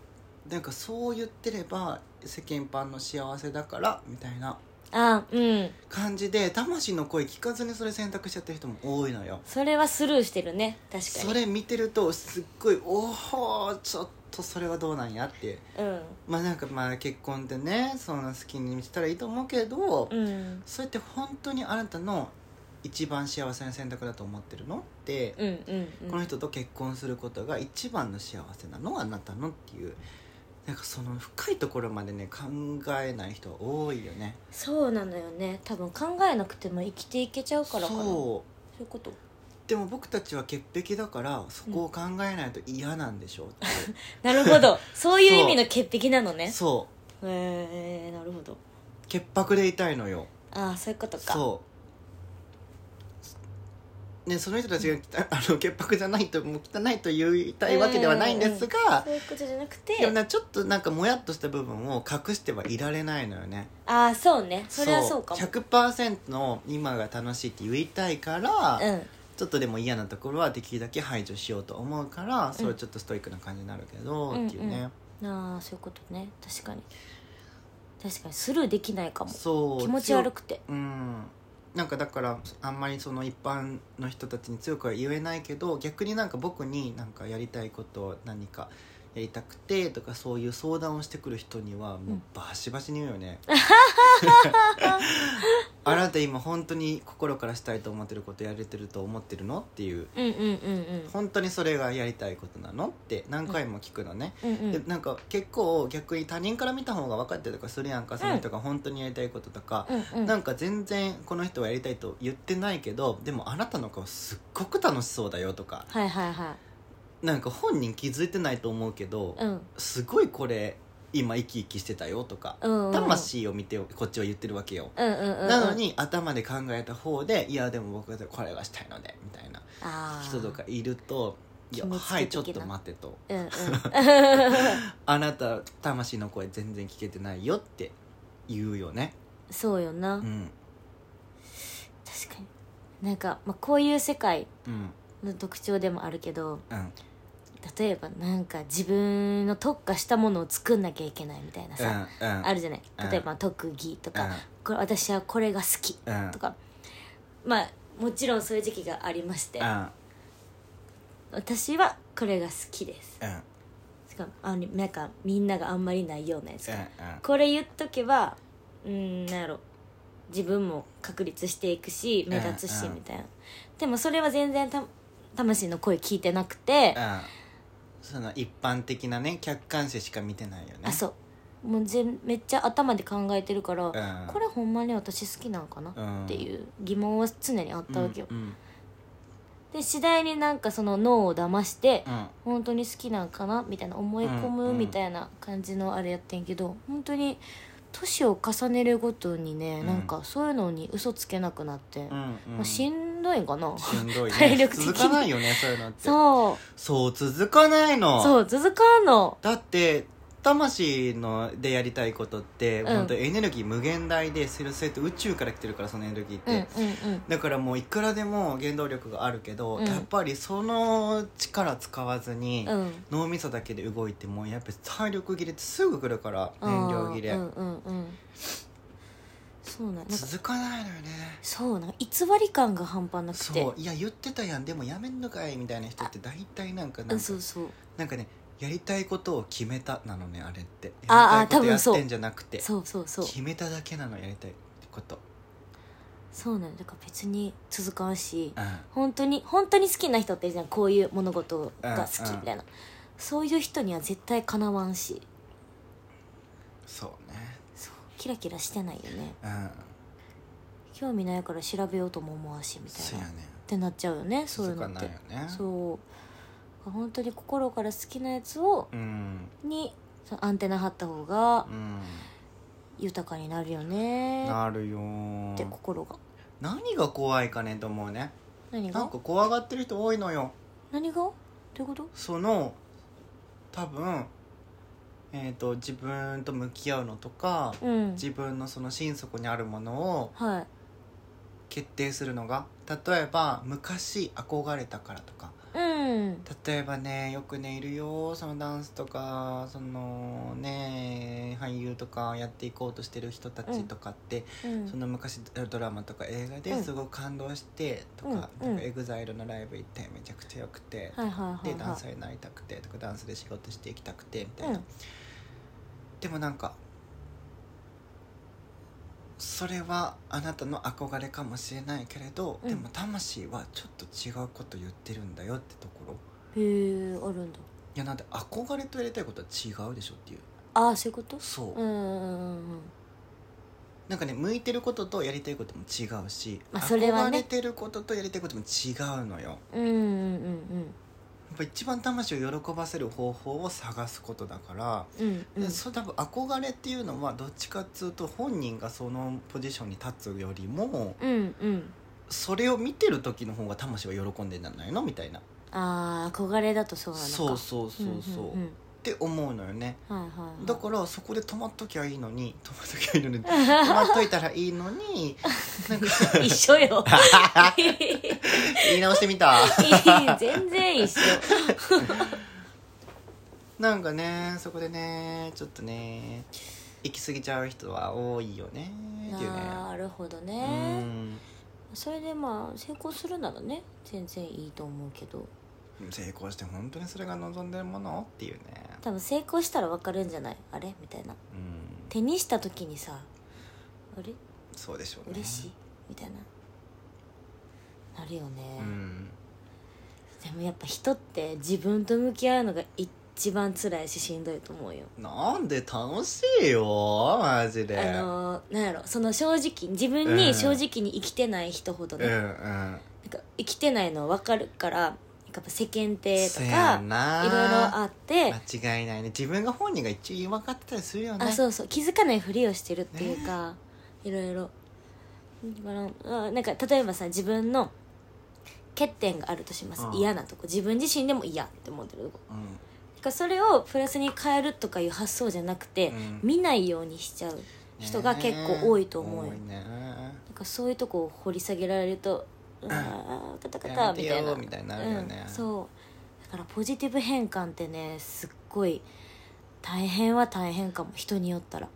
A: なんかそう言ってれば世間一般の幸せだからみたいな
B: あうん
A: 感じで魂の声聞かずにそれ選択しちゃってる人も多いのよ。
B: それはスルーしてるね確かに
A: それ見てるとすっごいおおちょっとそれはどうなんやって
B: うん
A: まあなんかまあ結婚ってねそんな好きにしたらいいと思うけど、
B: うん
A: それって本当にあなたの一番幸せな選択だと思ってるのって、
B: うんうんうん
A: この人と結婚することが一番の幸せなのあなたのっていうなんかその深いところまでね考えない人は多いよね
B: そうなのよね多分考えなくても生きていけちゃうからかなそう
A: そう
B: いうこと
A: でも僕たちは潔癖だからそこを考えないと嫌なんでしょうって、
B: なるほ どそういう意味の潔癖なのね
A: そ
B: へえなるほど
A: う潔白でいたいのよ
B: ああそういうことか
A: そうねその人たちが汚あの潔白じゃないともう汚いと言いたいわけではないんですが、
B: そういうことじゃなくて
A: でもなちょっとなんかもやっとした部分を隠してはいられないのよね
B: ああそうねそれはそうかも
A: 100%の今が楽しいって言いたいから、
B: うん
A: ちょっとでも嫌なところはできるだけ排除しようと思うからそれちょっとストイックな感じになるけど、
B: うん
A: っていうね、
B: ああそういうことね確かに確かにスルーできないかも
A: そう
B: 気持ち悪くて
A: うんなんかだからあんまりその一般の人たちに強くは言えないけど逆になんか僕になんかやりたいこと何かやりたくてとかそういう相談をしてくる人にはもうバシバシに言うよね、あなた今本当に心からしたいと思ってることやれてると思ってるのっていう
B: うんうんうん
A: 本当にそれがやりたいことなのって何回も聞くのね、
B: うんうんう
A: で
B: ん
A: なんか結構逆に他人から見た方が分かってたりとかするやんかその人が本当にやりたいこととか、
B: うんうん
A: なんか全然この人はやりたいと言ってないけどでもあなたの顔すっごく楽しそうだよとか
B: はいはいは
A: なんか本人気づいてないと思うけど、
B: いうん
A: すごいこれ今生き生きしてたよとか、
B: うんうん
A: 魂を見てこっちは言ってるわけよ、
B: うんうんうん
A: なのに頭で考えた方でいやでも僕はこれがしたいのでみたいな
B: あー
A: 人とかいるといや
B: 決めつけ
A: はいちょっ
B: 的
A: と
B: な
A: 待てと
B: うん うん
A: あなた魂の声全然聞けてないよって言うよね
B: そうよな、
A: うん
B: 確かになんか、まあ、こういう世界
A: うん
B: の特徴でもあるけど
A: うん
B: 例えばなんか自分の特化したものを作んなきゃいけないみたいな
A: うん
B: さ、
A: うん
B: あるじゃない
A: うん
B: 例えば特技とか、
A: うん
B: これ私はこれが好き
A: うん
B: とか、まあもちろんそういう時期がありまして、
A: うん
B: 私はこれが好きです
A: うん
B: しかもあのなんかみんながあんまりないようなやつ
A: う
B: か、
A: ん
B: これ言っとけばうんなんやろ自分も確立していくし目立つし
A: うんうん
B: みたいな、でもそれは全然た魂の声聞いてなくて、
A: うんうんその一般的なね客観視しか見てないよね
B: あそうもう全めっちゃ頭で考えてるから、
A: ん
B: これほんまに私好きなんかな、
A: うん
B: っていう疑問は常にあったわけよ、
A: うんうん
B: で次第になんかその脳を騙して、
A: うん
B: 本当に好きなんかなみたいな思い込
A: うん
B: む
A: うん
B: みたいな感じのあれやってんけど本当に年を重ねるごとにね、
A: うん
B: なんかそういうのに嘘つけなくなって、
A: う
B: ま
A: んうん
B: あ、しんどいんかな、
A: しんどいね
B: 体力的に
A: 続かないよねそういうのって
B: そう
A: そう続かないの
B: そう続かんの
A: だって魂のでやりたいことって、
B: ん
A: 本当エネルギー無限大でそれそれって宇宙から来てるからそのエネルギーって、
B: うんうんうん
A: だからもういくらでも原動力があるけど、
B: うん
A: やっぱりその力使わずに、
B: うん
A: 脳みそだけで動いてもやっぱり体力切れってすぐ来るから燃料切れ、
B: うんうんうんそうなんなんか
A: 続かないのよね
B: そうなんか偽り感が半端なくて
A: そういや言ってたやんでもやめんのかいみたいな人って大体なんかなん
B: う
A: か
B: んそうそう
A: なんかねやりたいことを決めたなのねあれって
B: あー
A: やりたいこと
B: あー多
A: や
B: 分そう
A: ってんじゃなくて
B: そうそうそう
A: 決めただけなのやりたいこと
B: そうなんだから別に続かんし
A: うん
B: 本当に本当に好きな人っているじゃんこういう物事が好
A: うん
B: き
A: うん
B: みたいなそういう人には絶対かなわんし
A: そうね
B: そうキラキラしてないよね
A: うん
B: 興味ないから調べようとも思わんしみた
A: そう
B: い
A: や
B: なっ
A: ね
B: てなっちゃうよねそういう
A: 続
B: の
A: か
B: っ
A: ない
B: て
A: よね
B: そう本当に心から好きなやつを
A: うん
B: にそのアンテナ張った方が
A: うん
B: 豊かになるよね
A: なるよ
B: って
A: ー
B: 心が
A: 何が怖いかねと思うね
B: 何
A: なん
B: が
A: か怖がってる人多いのよ
B: 何がどういうこと
A: その多分えー、と自分と向き合うのとか
B: うん
A: 自分のその心底にあるものを
B: はい
A: 決定するのが例えば昔憧れたからとか
B: うん
A: 例えばねよくねいるよそのダンスとかそのね俳優とかやっていこうとしてる人たちとかって、
B: うん
A: その昔ドラマとか映画
B: う
A: で
B: ん
A: すごく感動してとか,、
B: うんう
A: な
B: ん
A: んかエグザイルのライブ行ってめちゃくちゃよくて、
B: はいはい
A: で
B: はい
A: ダンサ
B: は
A: ーになりたくてとかダンスで仕事していきたくてみた
B: い
A: いな、
B: うん
A: でもなんかそれはあなたの憧れかもしれないけれど、
B: うん
A: でも魂はちょっと違うこと言ってるんだよってところ
B: へえあるんだ
A: いやなんて憧れとやりたいことは違うでしょっていう
B: ああそういうこと
A: そう、
B: うんうんうん
A: なんかね向いてることとやりたいことも違うし、
B: まあそれはね
A: 憧れてることとやりたいことも違うのよやっ
B: うんうんうん
A: ぱ一番魂を喜ばせる方法を探すことだから、
B: うんうんうん
A: でそう多分憧れっていうのはどっちかっつうと本人がそのポジションに立つよりも
B: うんうん
A: それを見てる時の方が魂は喜んでんじゃないのみたいな
B: ああ憧れだとそうなのか
A: そうそうそうそう,、
B: んん
A: っ
B: ん
A: て思うのよね
B: はいはいはい
A: だからそこで止まっときゃいいの に止まっときゃいいのに止まっといたらいいのになんか
B: 一 緒よ
A: 言い直してみ た
B: 全然一緒
A: なんかねそこでねちょっとね行き過ぎちゃう人は多いよねっていうね
B: なるほど
A: う
B: ね
A: ん
B: それでまあ成功するならね全然いいと思うけど
A: 成功して本当にそれが望んでるものっていうね
B: 多分成功したら分かるんじゃないあれみたいな
A: うん
B: 手にした時にさあれ
A: そうでしょうね
B: 嬉しいみたいななるよね、
A: うん
B: でもやっぱ人って自分と向き合うのが一番辛いししんどいと思うよ
A: なんで楽しいよマジ
B: あ
A: で
B: のーなんやろその正直自分に正直に生きてない人ほどね、
A: うんう
B: なん
A: ん
B: か生きてないの分かるからやっぱ世間体と
A: せや
B: か
A: ない
B: ろいろあって
A: 間違いないね自分が本人が一応分かってたりするよね
B: あそうそう気づかないふりをしてるっていうか、いろいろだからうんなんか例えばさ自分の欠点があるとします、
A: うん
B: 嫌なとこ自分自身でも嫌って思ってるとこ
A: うん
B: だからそれをプラスに変えるとかいう発想じゃなくて、
A: うん
B: 見ないようにしちゃう人が結構多いと思う
A: ね
B: よ、
A: 多いね
B: なんかそういうとこを掘り下げられ ると「うわーカタカタ」
A: やめ
B: み
A: て
B: たい
A: よ
B: な
A: みたいになるよね
B: うん、そうだからポジティブ変換ってねすっごい大変は大変かも人によったら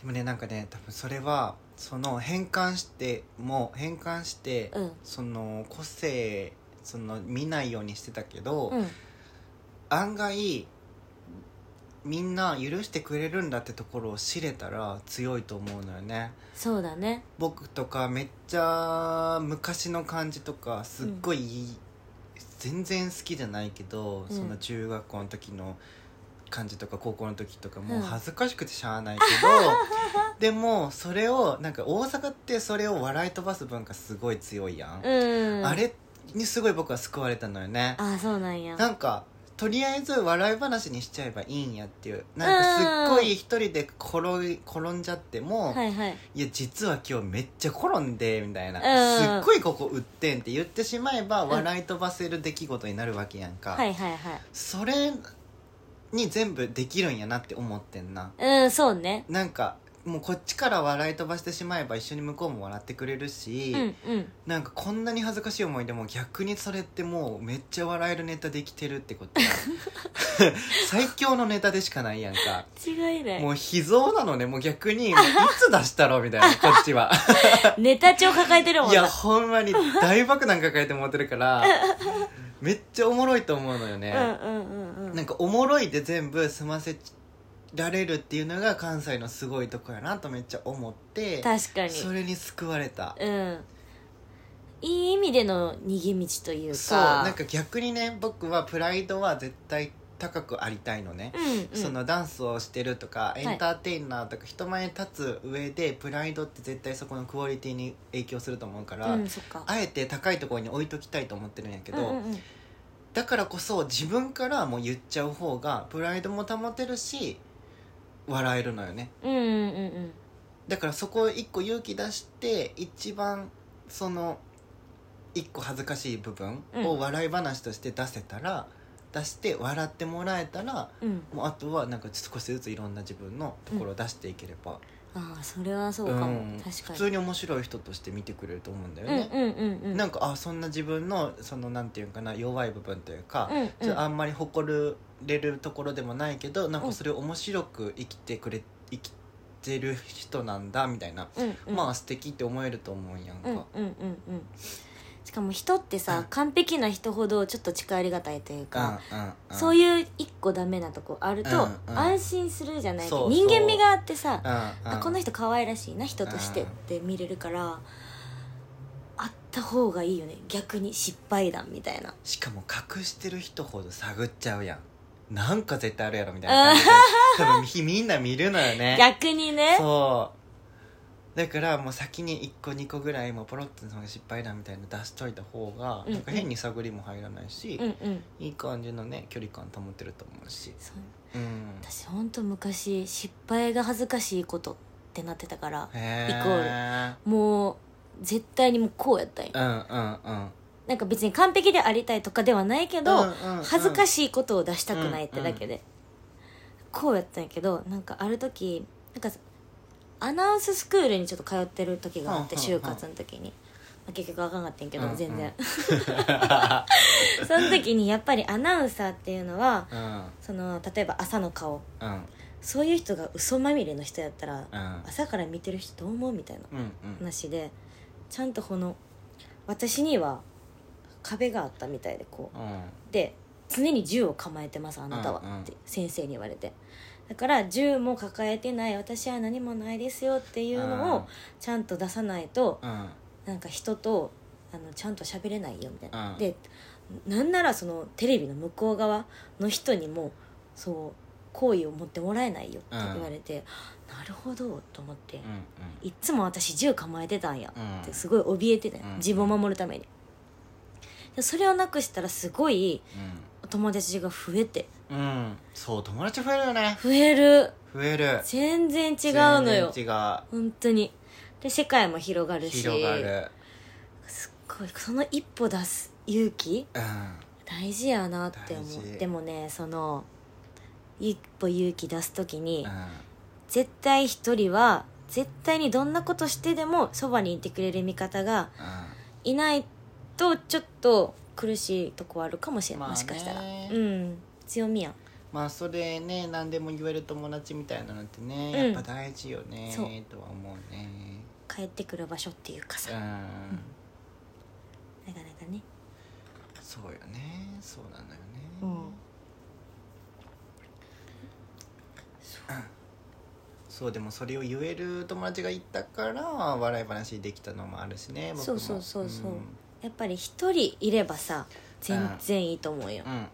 A: でもねなんかね多分それはその変換してもう変換して、
B: うん
A: その個性その見ないようにしてたけど、
B: うん
A: 案外みんな許してくれるんだってところを知れたら強いと思うのよね
B: そうだね
A: 僕とかめっちゃ昔の感じとかすっごい、全然好きじゃないけど、
B: うん
A: その中学校の時の感じとか高校の時とかも
B: う
A: うん恥ずかしくてしゃあ ないけど、でもそれをなんか大阪ってそれを笑い飛ばす文化すごい強いやん、
B: うん
A: あれにすごい僕は救われたのよね
B: あそうなんや
A: なんかとりあえず笑い話にしちゃえばいいんやっていうなんかすっごい一人で転い転んじゃっても、
B: はいはい
A: いや実は今日めっちゃ転んでみたいな、
B: うん
A: すっごいここ売ってんって言ってしまえば
B: ん
A: 笑い飛ばせる出来事になるわけやんか、
B: はいはいはい
A: それに全部できるんやなって思ってんな
B: うんそうね
A: なんかもうこっちから笑い飛ばしてしまえば一緒に向こうも笑ってくれるし、
B: うんうん
A: なんかこんなに恥ずかしい思いでも逆にそれってもうめっちゃ笑えるネタできてるってことは 最強のネタでしかないやんか
B: 違いない
A: もう秘蔵なのねもう逆にもういつ出したろみたいなこっちは
B: ネタ帳抱えてるもん
A: いや
B: な
A: ほんまに大爆弾抱えて持ってるからめっちゃおもろいと思うのよ
B: う
A: ね、
B: んうんうんうん
A: なんかおもろいで全部済ませられるっていうのが関西のすごいとこやなとめっちゃ思って
B: 確かに
A: それに救われた
B: うんいい意味での逃げ道というか
A: そうなんか逆にね僕はプライドは絶対高くありたいのね、
B: うんうん
A: そのダンスをしてるとか
B: い
A: エンターテイナーとか人前に立つ上でプライドって絶対そこのクオリティに影響すると思うから、
B: うんそっか
A: あえて高いところに置いときたいと思ってるんやけど、
B: うんうんうん
A: だからこそ自分からもう言っちゃう方がプライドも保てるし笑えるのよね
B: うんうんうんうん
A: だからそこを一個勇気出して一番その一個恥ずかしい部分
B: う
A: を
B: ん
A: 笑い話として出せたら、出して笑ってもらえたら
B: うん
A: もうあとはなんか少しずついろんな自分のところを出していければ、
B: ああそれはそうか
A: う
B: も、
A: ん
B: 確か
A: 普
B: に
A: 通に面白い人として見てくれると思うんだよ
B: うん
A: ね、
B: うんうんうん
A: なんかあそんな自分のそのなんていうかな弱い部分というか、
B: うんうん
A: ちょっとあんまり誇れるところでもないけどなんかそれを面白く生きてくれ生きてる人なんだみたいな
B: うんうん
A: まあ素敵って思えると思うんやんか、
B: うんうんうんうんしかも人ってさ、完璧な人ほどちょっと近寄りがたいというか、そう
A: い
B: いう一個ダメなとこあると
A: うんうん
B: 安心するじゃない、
A: そうそう
B: 人間味があってさ、
A: うん、
B: あこの
A: 人
B: 人可愛らしいな人としてって見れるからあった方がいいよね逆に失敗談みたいな
A: しかも隠してる人ほど探っちゃうやんなんか絶対あるやろみたいな感じで多分ひみんな見るのよね
B: 逆にね
A: そうだからもう先に1個2個ぐらいもうポロッとその失敗談みたいなの出しといた方が、
B: うん
A: なんか変に探りも入らないし、
B: うんうん
A: いい感じのね距離感保てると思うし
B: そう
A: うん
B: 私ほんと昔失敗が恥ずかしいことってなってたから
A: へ
B: イコ
A: ー
B: もう絶対にもうこうやったんよ
A: うんうんうん
B: なんか別に完璧でありたいとかではないけど、恥ずか
A: しい
B: しいことを出したくないってだけで、こうやったんやけどなんかある時なんかアナウンススクールにちょっと通ってる時があって、
A: うんうん
B: 就活の時に、まあ、結局あかんかったんやけど、
A: うんうん
B: 全 然 その時にやっぱりアナウンサーっていうのは
A: うん
B: その例えば朝の顔
A: うん
B: そういう人が嘘まみれの人やったら、
A: うん
B: 朝から見てる人どう思うみたいな
A: うんうん
B: 話でちゃんとこの私には壁があったみたいでこう
A: うん
B: で常に銃を構えてますあなたは、
A: うんうん
B: って先生に言われてだから銃も抱えてない私は何もないですよっていうの
A: うん
B: をちゃんと出さないと
A: うん
B: なんか人とあのちゃんと喋れないよみたいな、
A: うん
B: でなんならそのテレビの向こう側の人にもそう好意を持ってもらえないよって言われて、なるほどと思って、
A: うん
B: いっつも私銃構えてたんや
A: うん
B: ってすごい怯えてたんや、
A: うん
B: 自分を守るためにでそれをなくしたらすごいお友達が増えて
A: うんうんそう友達増えるよね
B: 増える
A: 増える
B: 全然違うのよ
A: 全然
B: 本当にで世界も広が
A: 違う
B: るし
A: 広がる
B: すっごいその一歩出す勇気
A: うん
B: 大事やなって
A: 大
B: 思う
A: 事
B: でもねその一歩勇気出す時に、
A: うん
B: 絶対一人は絶対にどんなことしてでもそばにいてくれる味方が
A: うん
B: いないとちょっと苦しいとこはあるかもしれない、
A: まあね
B: もしかしたらうん強みやん
A: まあそれね何でも言える友達みたいなのってね、
B: うん
A: やっぱ大事よね
B: そう
A: とは思うね
B: 帰ってくる場所っていうか
A: う
B: さ、
A: ん、
B: なかなかね
A: そうよねそうなのよね、
B: うん
A: そうでもそれを言える友達がいたから笑い話できたのもあるしね僕も
B: そうそうそうそ
A: ん
B: う、やっぱり一人いればさ全然いいと思うよ、
A: うんうん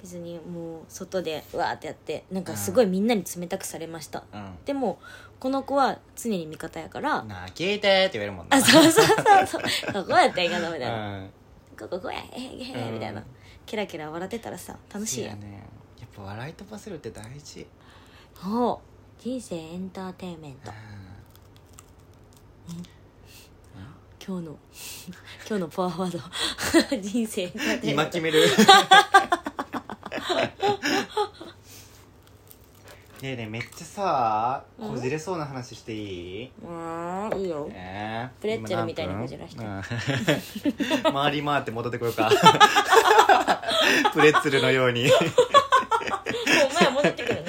B: 別にもう外でうわーってやってなんかすごいみんなに冷たくされました、
A: うん
B: でもこの子は常に味方やから、
A: なあ聞いてって言えるもんな
B: あそうそうそうそうここやったらいいかなみたいな、
A: うん
B: ここここやえへへへ
A: うん
B: みたいなキラキラ笑ってたらさ楽しいや
A: そ
B: ん
A: うねやっぱ笑い飛ばせるって大事
B: ほう人生エンターテインメント 今日の今日のパワーワ ード人生エンターテインメ
A: 今
B: ント
A: 決めるねえねえめっちゃさ
B: うん
A: こじれそうな話していい、
B: ああいいよ
A: えー
B: プレッツェルみたいにこじらして
A: 今何分うん 回り回って戻ってこよう かプレッツェルのように
B: お前は戻って くる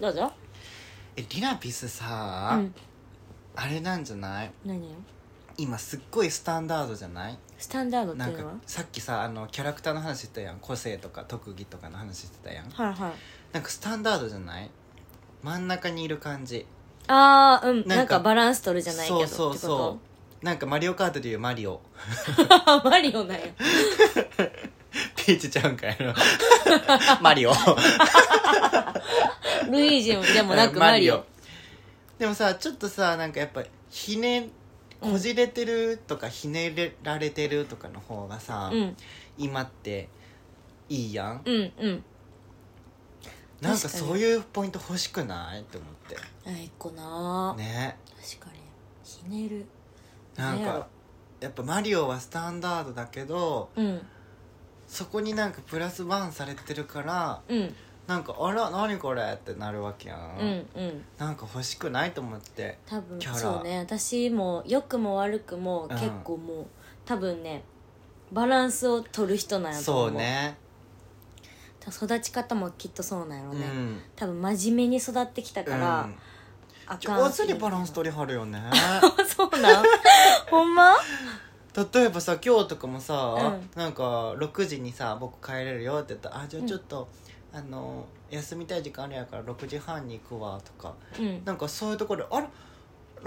B: などうぞ
A: えリナピスさ、
B: うん
A: あれなんじゃない
B: 何よ
A: 今すっごいスタンダードじゃない
B: スタンダードって
A: なん
B: いうのは
A: かさっきさあのキャラクターの話してたやん個性とか特技とかの話してたやん
B: はいはい
A: なんかスタンダードじゃない真ん中にいる感じ
B: ああうん
A: んか
B: なんかバランス取るじゃないけど
A: そうそうそうなんかマリオカートでいうマリオ
B: ってこと マリオなんや
A: ピーチちゃうんかや ろマリオ
B: ルイージでもなくマリオ
A: でもさちょっとさなんかやっぱひねこじれてるとかひねれられてるとかの方がさ、
B: うん
A: 今っていいやん
B: うんうん
A: なんかそういうポイント欲しくないって思って
B: あいっこな、
A: ね
B: 確かにひねる
A: なん
B: なんやろ
A: かやっぱマリオはスタンダードだけど
B: うん
A: そこになんかプラスワンされてるから
B: うん
A: なんかあら何これってなるわけやん、
B: うんうん
A: なんか欲しくないと思って
B: 多分
A: キャラ
B: そうね私も良くも悪くも
A: うん
B: 結構もう、多分ねバランスを取る人なんやと
A: そ
B: 思
A: ううね
B: 育ち方もきっとそうなんやろ
A: う
B: ね、
A: ん
B: 多分真面目に育ってきたから、
A: うん
B: あかん
A: 上手にバランス取りはるよね
B: り そうなん ほんま
A: 例えばさ今日とかもさ、
B: うん
A: なんか6時にさ僕帰れるよって言ったら「あじゃあちょっと、あの休みたい時間あるやから6時半に行くわ」とか
B: うん
A: なんかそういうところであら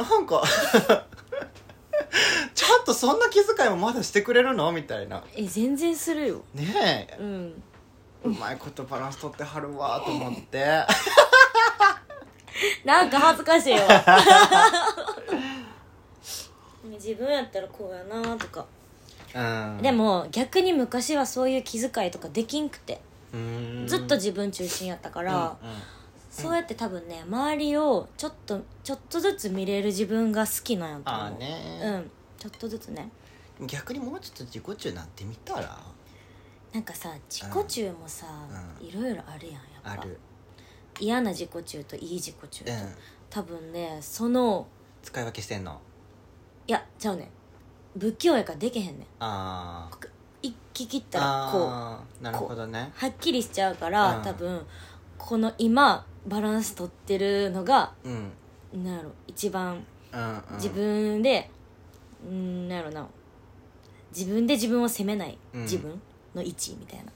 A: なんか ちゃんとそんな気遣いもまだしてくれるのみたいな
B: え全然するよ
A: ねえ
B: うん
A: うまいことバランス取ってはるわと思って
B: なんか恥ずかし いわ自分やったらこうやなとか
A: うん
B: でも逆に昔はそういう気遣いとかできんくて
A: うーん
B: ずっと自分中心やったから、
A: うんうん
B: そうやって多分ね周りをちょっとちょっとずつ見れる自分が好きなんやと思う
A: ああ
B: う
A: ね、
B: んちょっとずつね
A: 逆にもうちょっと自己中になってみたら
B: なんかさ自己中もさ、
A: うん
B: いろいろあるやんやっぱ
A: ある、
B: 嫌な自己中といい自己中
A: う
B: と、
A: ん、
B: 多分ねその
A: 使い分けしてんの
B: いやちゃうねん不器用やからできへんねん
A: あー
B: 一気切ったらこう
A: あーなるほどね
B: はっきりしちゃうから、
A: うん
B: 多分この今バランス取ってるのが
A: うんうん
B: なんやろ一番
A: うん
B: 自分で、うん、なんやろな自分で自分を責めない
A: うん
B: 自分の位置みたいな、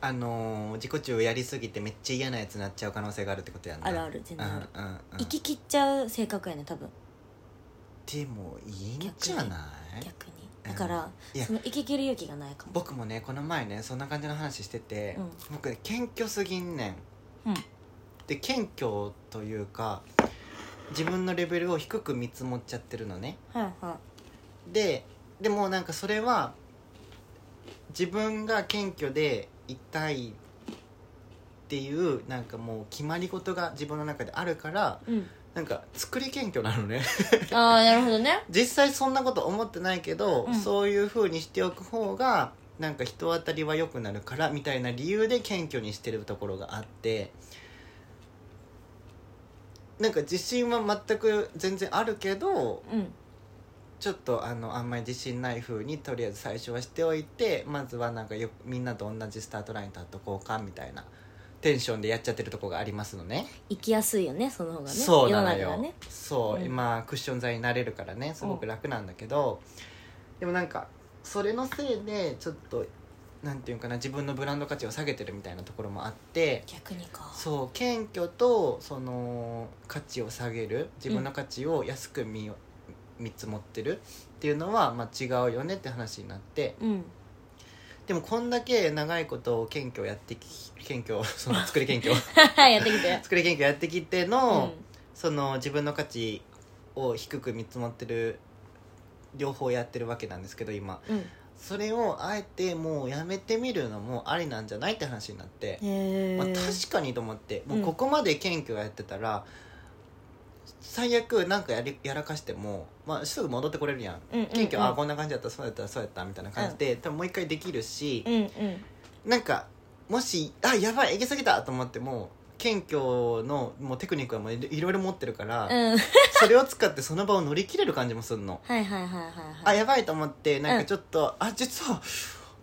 A: あのー、自己中をやりすぎてめっちゃ嫌なやつになっちゃう可能性があるってことやんな
B: あるある全然ある、
A: うんうんうん、
B: 行き切っちゃう性格やね多分
A: でもいいんじゃない
B: 逆にだから、
A: うんいや
B: その行き切る勇気がないかも
A: 僕もねこの前ねそんな感じの話してて、
B: うん
A: 僕ね謙虚すぎんねん
B: うん
A: で謙虚というか自分のレベルを低く見積もっちゃってるのね
B: はいは
A: ででもなんかそれは自分が謙虚でいたいっていうなんかもう決まり事が自分の中であるから
B: い、うん、
A: なんか作り謙虚なのね
B: ああなるほどね
A: 実際そんなこと思ってないけど、
B: うん
A: そういう風にしておく方がなんか人当たりは良くなるからみたいな理由で謙虚にしてるところがあってなんか自信は全く全然あるけど
B: うん
A: ちょっとあのあんまり自信ない風にとりあえず最初はしておいてまずはなんかよみんなと同じスタートラインに立っとこうかみたいなテンションでやっちゃってるとこがありますのね
B: 行きやすいよねその方がね
A: そうなの
B: 世中
A: よ
B: がね
A: そう、
B: うん
A: 今クッション材になれるからねすごく楽なんだけど、でもなんかそれのせいでちょっとなんていうかな自分のブランド価値を下げてるみたいなところもあって
B: 逆にか
A: そう謙虚とその価値を下げる自分の価値を安く見,、見積もってるっていうのは、まあ、違うよねって話になって
B: うん
A: でもこんだけ長いこと謙虚やってき謙虚その作り謙 虚
B: やってきて
A: 作り謙虚やってきての、
B: うん
A: その自分の価値を低く見積もってる両方やってるわけなんですけど今
B: うん
A: それをあえてもうやめてみるのもありなんじゃないって話になって、
B: へえ、
A: まあ、確かにと思ってもううんここまで謙虚やってたら、最悪なんかやりやらかしても、まあ、すぐ戻ってこれるやん
B: うんうんうん
A: 謙虚、あこんな感じだったそうやったそうやったみたいな感じで、多分もう一回できるし
B: う、んうん
A: なんかもしあやばいえげすぎたと思っても謙虚のもうテクニックはもういろいろ持ってるから、
B: うん
A: それを使ってその場を乗り切れる感じもするの
B: はいはいはいはい
A: あ
B: はい
A: やばいと思ってなんかちょっと、あ実は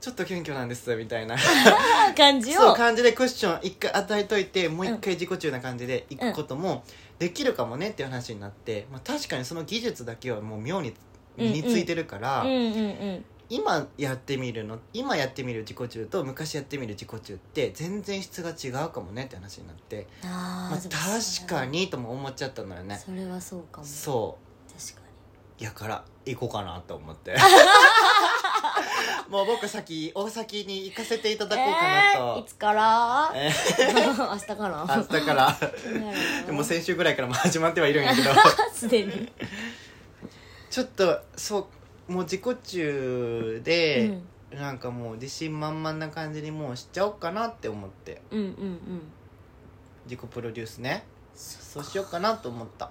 A: ちょっと謙虚なんですみたいな
B: あ感じ
A: そう
B: を
A: 感じでクッション一回与えといてもう一回自己中な感じでいくこともできるかもねっていう話になって、まあ、確かにその技術だけはもう妙に
B: うんうん
A: 身についてるから、
B: うんうんうん
A: 今やってみるの今やってみる自己中と昔やってみる自己中って全然質が違うかもねって話になって、
B: あ
A: まあ、
B: ーでも
A: 確かにとも思っちゃったのよね
B: それはそうかも確
A: そう
B: か
A: やから行こうかなと思って もう僕先大崎に行かせていただ
B: に
A: こうかな
B: えーい
A: と、
B: つから
A: えー
B: 明日から
A: 明日から でも先週ぐらいからもう始まってはいるんやけど
B: すでに
A: ちょっとそうもう自己中
B: う
A: で
B: ん、
A: なんかもう自信満々な感じにもうしちゃおうかなって思って
B: うんうんうん
A: 自己プロデュースね
B: そ
A: そうしようかなと思った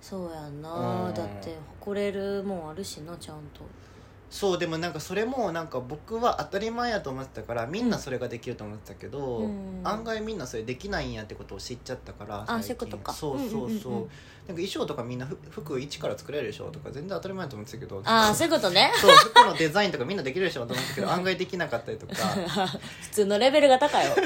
B: そうやんな、
A: うん
B: だって誇れるもんあるしなちゃんと
A: そうでもなんかそれもなんか僕は当たり前やと思ってたからみんなそれができると思ってたけど、
B: うん
A: 案外みんなそれできないんやってことを知っちゃったから
B: あ
A: 最近
B: そういうことか
A: そうそうそう,、
B: うんうんうんうん
A: なんか衣装とかみんなふ服一から作れるでしょとか全然当たり前だと思ってたけど
B: ああそういうことね
A: そう服のデザインとかみんなできるでしょと思ってたけど案外できなかったりとか
B: 普通のレベルが高い わ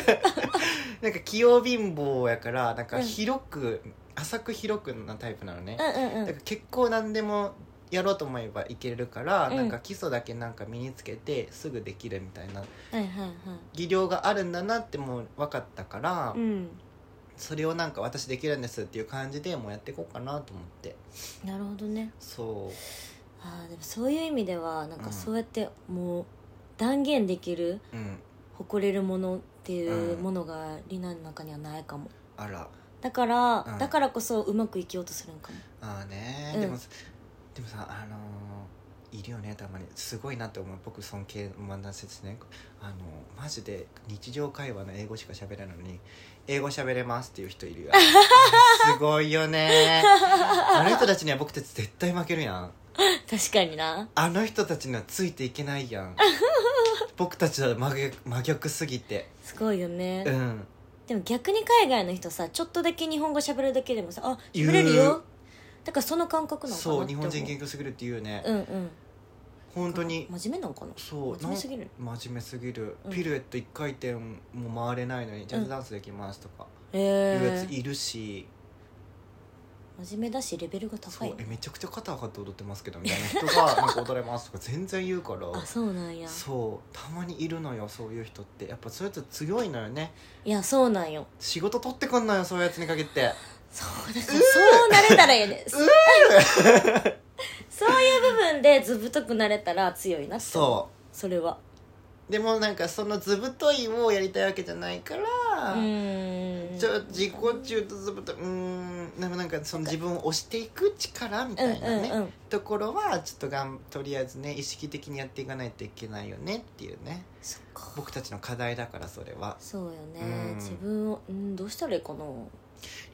A: なんか器用貧乏やからなんか広く、浅く広くなタイプなのね、
B: うんうんう
A: だ
B: ん
A: から結構何でもやろうと思えばいけるから、
B: うん
A: なんか基礎だけなんか身につけてすぐできるみたいな
B: はいはいはい
A: 技量があるんだなってもう分かったから、
B: うん
A: それをなんか私できるんですっていう感じでもうやっていこうかなと思って
B: なるほどね
A: そ
B: あーでもそういう意味ではなん
A: う
B: か
A: ん
B: そうやってもう断言できる
A: ううん
B: 誇れるものっていううんものがリナの中にはないかも
A: あら
B: だから、
A: うん
B: だからこそうまく生きようとするんかも
A: ああね
B: うん
A: でもでもさあのーいるよねたまにすごいなって思う僕尊敬まなせですねあのマジで日常会話の英語しか喋れないのに英語喋れますっていう人いるよ あすごいよねあの人たちには僕たち絶対負けるやん
B: 確かにな
A: あの人たちにはついていけないや ん僕たちは真逆真逆すぎて
B: すごいよね、
A: うん
B: でも逆に海外の人さちょっとだけ日本語喋るだけでもさあ
A: 言う
B: 喋れるよだからその感覚なのかな
A: そう
B: って
A: 日
B: 思
A: 本人研究すぎるっていうよね、
B: うんうん
A: 本当に
B: 真面目なのかな
A: そう
B: 真面目すぎる
A: なん真面目すぎる、
B: うん
A: ピルエット1回転も回れないのにジャズダンスできますとか、いうや
B: え
A: つ
B: え
A: いるし、
B: 真面目だしレベルが高
A: そ
B: いうね
A: えめちゃくちゃ肩上がって踊ってますけどみたいな人 が「なんか踊れます」とか全然言うから
B: あそうなんや
A: そうたまにいるのよそういう人ってやっぱそういうやつ強いのよね
B: いやそうなんよ
A: 仕事取ってくんのよそういうやつに限って
B: そうだからそうなれたらええねんそう いう部分でずぶとくなれたら強いなって思う
A: そう
B: それは
A: でもなんかそのずぶといをやりたいわけじゃないから、
B: うーん
A: ちょ自己中とずぶというーんでもなんかその自分を押していく力みたいなね、
B: うんうんうん
A: ところはちょっとがんとりあえずね意識的にやっていかないといけないよねっていうね
B: そっか
A: 僕たちの課題だからそれは
B: そうよね、
A: うん
B: 自分をうんどうしたらいいかな
A: で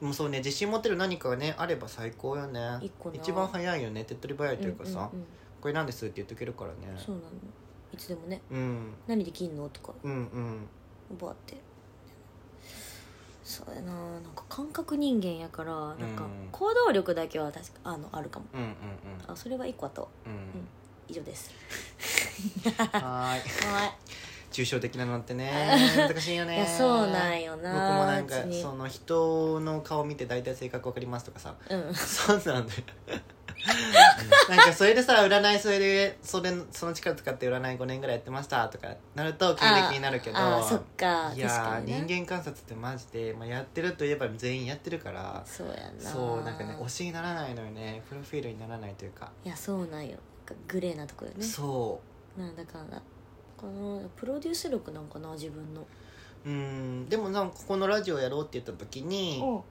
A: もそうね自信持ってる何かがねあれば最高よね
B: 一個な
A: 一番早いよね手っ取り早いというかさ、
B: うんうんうん
A: これなんですって言っとけるからね
B: そうなのいつでもね
A: うん
B: 何できんのとか
A: うんうん
B: 覚わってそうやななんか感覚人間やからなんか
A: うん
B: 行動力だけは確かあのあるかも
A: うんうん
B: あそれは一個あと
A: うんうん
B: 以上です
A: はーい
B: は
A: 抽象的なのって ね難しいよ
B: い
A: ね
B: いやそうなんよ
A: 僕
B: な
A: もなんか
B: 別に
A: その人の顔見て大体性格わかりますとか さ
B: うん
A: そうなんだよ なんかそれでさ占いそれでそれその力使って占い5年ぐらいやってましたとかなると経歴になるけど
B: あーそっか
A: い
B: 確か
A: や
B: に
A: ー
B: ね
A: 人間観察ってマジで、まあ、やってるといえば全員やってるから
B: そうやな
A: そうなんかね推しにならないのよねプロフィールにならないというか、
B: いやそうなんよなんかグレーなとこよね
A: そ
B: なんだかんだこのプロデュース力なんかな自分の
A: ううんでもなんかここのラジオやろうって言った時に
B: 考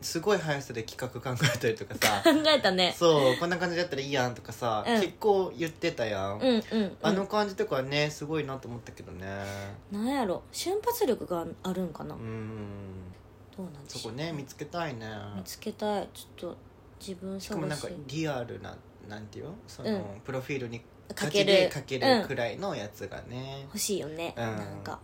A: すごい速さで企画考えたりとかさ
B: えた ね
A: そうこんな感じだったらいいやんとかさ、
B: うん
A: 結構言ってたやん、
B: うんうんうん
A: あの感じとかねすごいなと思ったけどね
B: なんやろ瞬発力があるんかな、
A: う
B: ど
A: ん
B: うなんで
A: そ
B: しょ
A: こ
B: う
A: ね見つけたいね
B: 見つけたいちょっと自分
A: しかも
B: 探
A: なん
B: し
A: かリアルななんていうのその、
B: う
A: プロフィールに
B: か
A: ガ
B: け
A: チ
B: る
A: でかけ
B: う
A: る
B: ん
A: くらいのやつがね、
B: 欲しいよね、
A: うん
B: なんか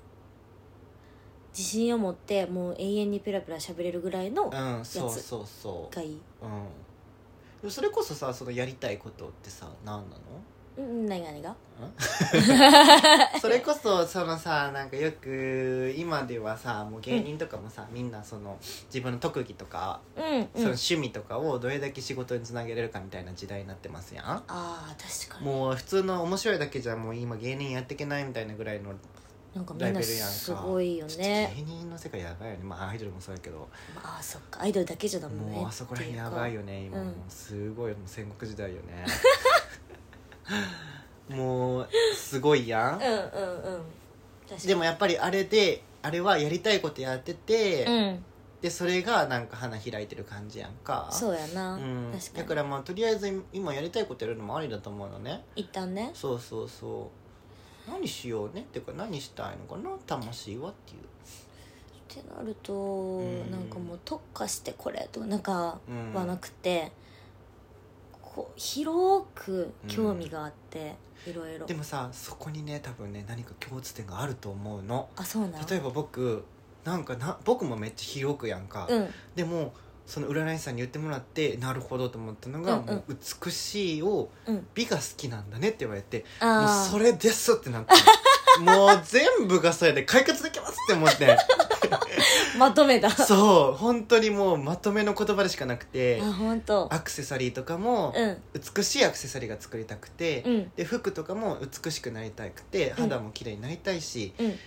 B: 自信を持ってもう永遠にペラペラ喋れるぐらいの
A: うんそうそうそう
B: がいい
A: うんでもそれこそさそのやりたいことってさ何な
B: うん何が何が
A: のそれこそそのさなんかよく今ではさもう芸人とかもさ、みんなその自分の特技とか、
B: う
A: そ
B: ん
A: の
B: うん
A: 趣味とかをどれだけ仕事につなげれるかみたいな時代になってますやん
B: あー確かに
A: もう普通の面白いだけじゃもう今芸人やっていけないみたいなぐらいの
B: なんかみん
A: ライ
B: な
A: ベルやんか
B: すごいよね
A: 芸人の世界やばいよねまあアイドルもそうやけど
B: ああそっかアイドルだけじゃダメね
A: もうあそこら辺やばいよね今
B: うん
A: もうすごいもう戦国時代よ ねもうすごいや
B: っ
A: ん
B: ていうかうんうんうん確かに
A: でもやっぱりあれであれはやりたいことやってて、
B: うん
A: でそれがなんか花開いてる感じやんか
B: そうやな、
A: うん、
B: 確か
A: だ
B: に
A: からまあとりあえず今やりたいことやるのもありだと思うのね
B: 一旦ね
A: そうそうそう何しようねっていうか何したいのかな魂はっていう
B: ってなると、
A: ん
B: なんかもう特化してこれとなんか
A: うん
B: はなくて、こう広く興味があって、いろいろ
A: でもさそこにね多分ね何か共通点があると思うの
B: あそうなの
A: 例えば僕なんかな僕もめっちゃ広くやんか、
B: うん
A: でもその占い師さんに言ってもらってなるほどと思ったのが
B: うん
A: 「
B: うん
A: もう美しい」を
B: うん
A: 「美が好きなんだね」って言われて「もう
B: あ
A: そ
B: あ
A: れです」って なってもう全部がそれで解決できますって思 って
B: まとめたあ
A: そう本当にもうまとめの言葉でしかなく て
B: 本当
A: アクセサリーとかも
B: うん
A: 美しいアクセサリーが作りたくて、
B: うん
A: で服とかも美しくなりたくて肌も綺麗になりたいし、
B: うん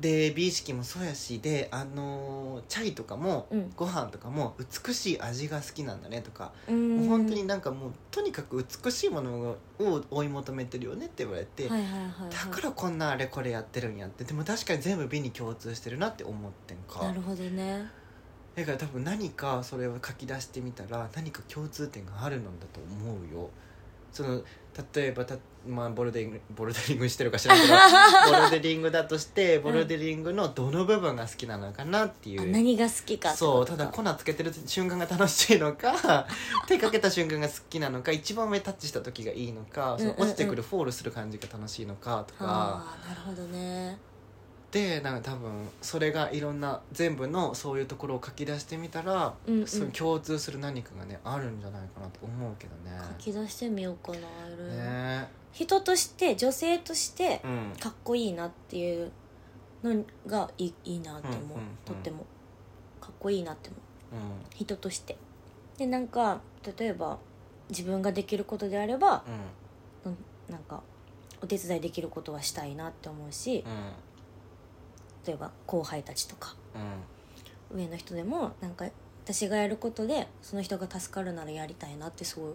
A: で美意識もそうやしであのーチャイとかも、
B: うん
A: ご飯とかも美しい味が好きなんだねとか、
B: うん
A: もう本当になんかもうとにかく美しいものを追い求めてるよねって言われて、
B: はいはいはい、はい、
A: だからこんなあれこれやってるんやってでも確かに全部美に共通してるなって思ってんか
B: なるほどね
A: だから多分何かそれを書き出してみたら何か共通点があるのだと思うよその例えばた、まあ、ボルデリングボルデリングしてるか知らんけど ボルデリングだとしてボルデリングのどの部分が好きなのかなってい
B: あ
A: う、
B: 何が好きかって
A: そ
B: こ
A: う
B: と
A: た
B: か
A: だ粉つけてる瞬間が楽しいのか手かけた瞬間が好きなのか一番目タッチした時がいいのかその
B: うんうんうん
A: 落ちてくるフォールする感じが楽しいのかとか、
B: ああなるほどね
A: でなんか多分それがいろんな全部のそういうところを書き出してみたら、
B: うんうん
A: その共通する何かがねあるんじゃないかなと思うけどね。
B: 書き出してみようかな色々
A: ね
B: 人として女性として
A: うん
B: かっこいいなっていうのがいいいいなって思
A: う
B: う,、
A: んうんうん
B: とってもかっこいいなって思う
A: うん
B: 人としてでなんか例えば自分ができることであれば
A: うん
B: うんなんかお手伝いできることはしたいなって思うし
A: うん
B: 例えば後輩たちとか
A: うん
B: 上の人でもなんか私がやることでその人が助かるならやりたいなってすご
A: う
B: い
A: ん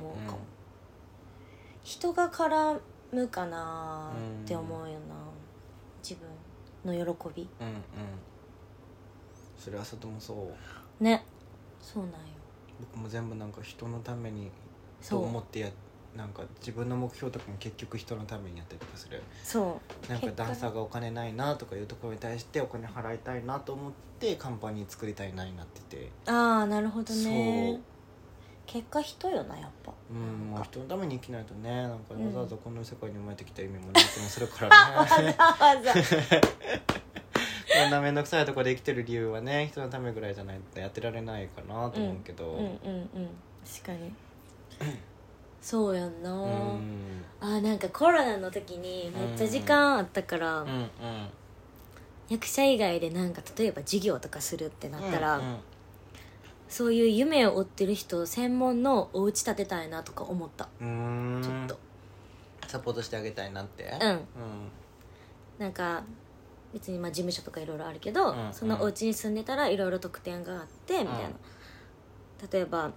B: 思うかも、人が絡むかなって思うよな自分の喜び
A: うんうんうんそれは外もそう
B: ねそうなんよ
A: 僕も全部なんか人のために
B: そ
A: と
B: う
A: 思ってやなんか自分の目標とかも結局人のためにやったりとかする
B: そ
A: なんか
B: 結果
A: ダンサーがお金ないなとかいうところに対してお金払いたいなと思ってカンパニー作りたいなになってて
B: うああなるほど
A: そ
B: ね
A: う
B: 結果人よなやっ ぱ
A: うんもう人のために生きないとねなんか
B: うん
A: わざわざこの世界に生まれてきた意味もなくもする からね
B: あざ
A: こんな面倒くさいところで生きてる理由はね人のためぐらいじゃないとやってられないかなと思うけど
B: うんうんうん確かにそうやんな、
A: うん
B: あーなんかコロナの時にめっちゃ時間あったから、
A: うんうん
B: 役者以外でなんか例えば授業とかするってなったら、
A: うんうん
B: そういう夢を追ってる人専門のお家建てたいなとか思った
A: うーん
B: ちょっと
A: サポートしてあげたいなって
B: うん
A: うん
B: なんか別にまあ事務所とかいろいろあるけど、
A: うん
B: そのお家に住んでたらいろいろ特典があってみたいな、
A: うん
B: 例えば、ま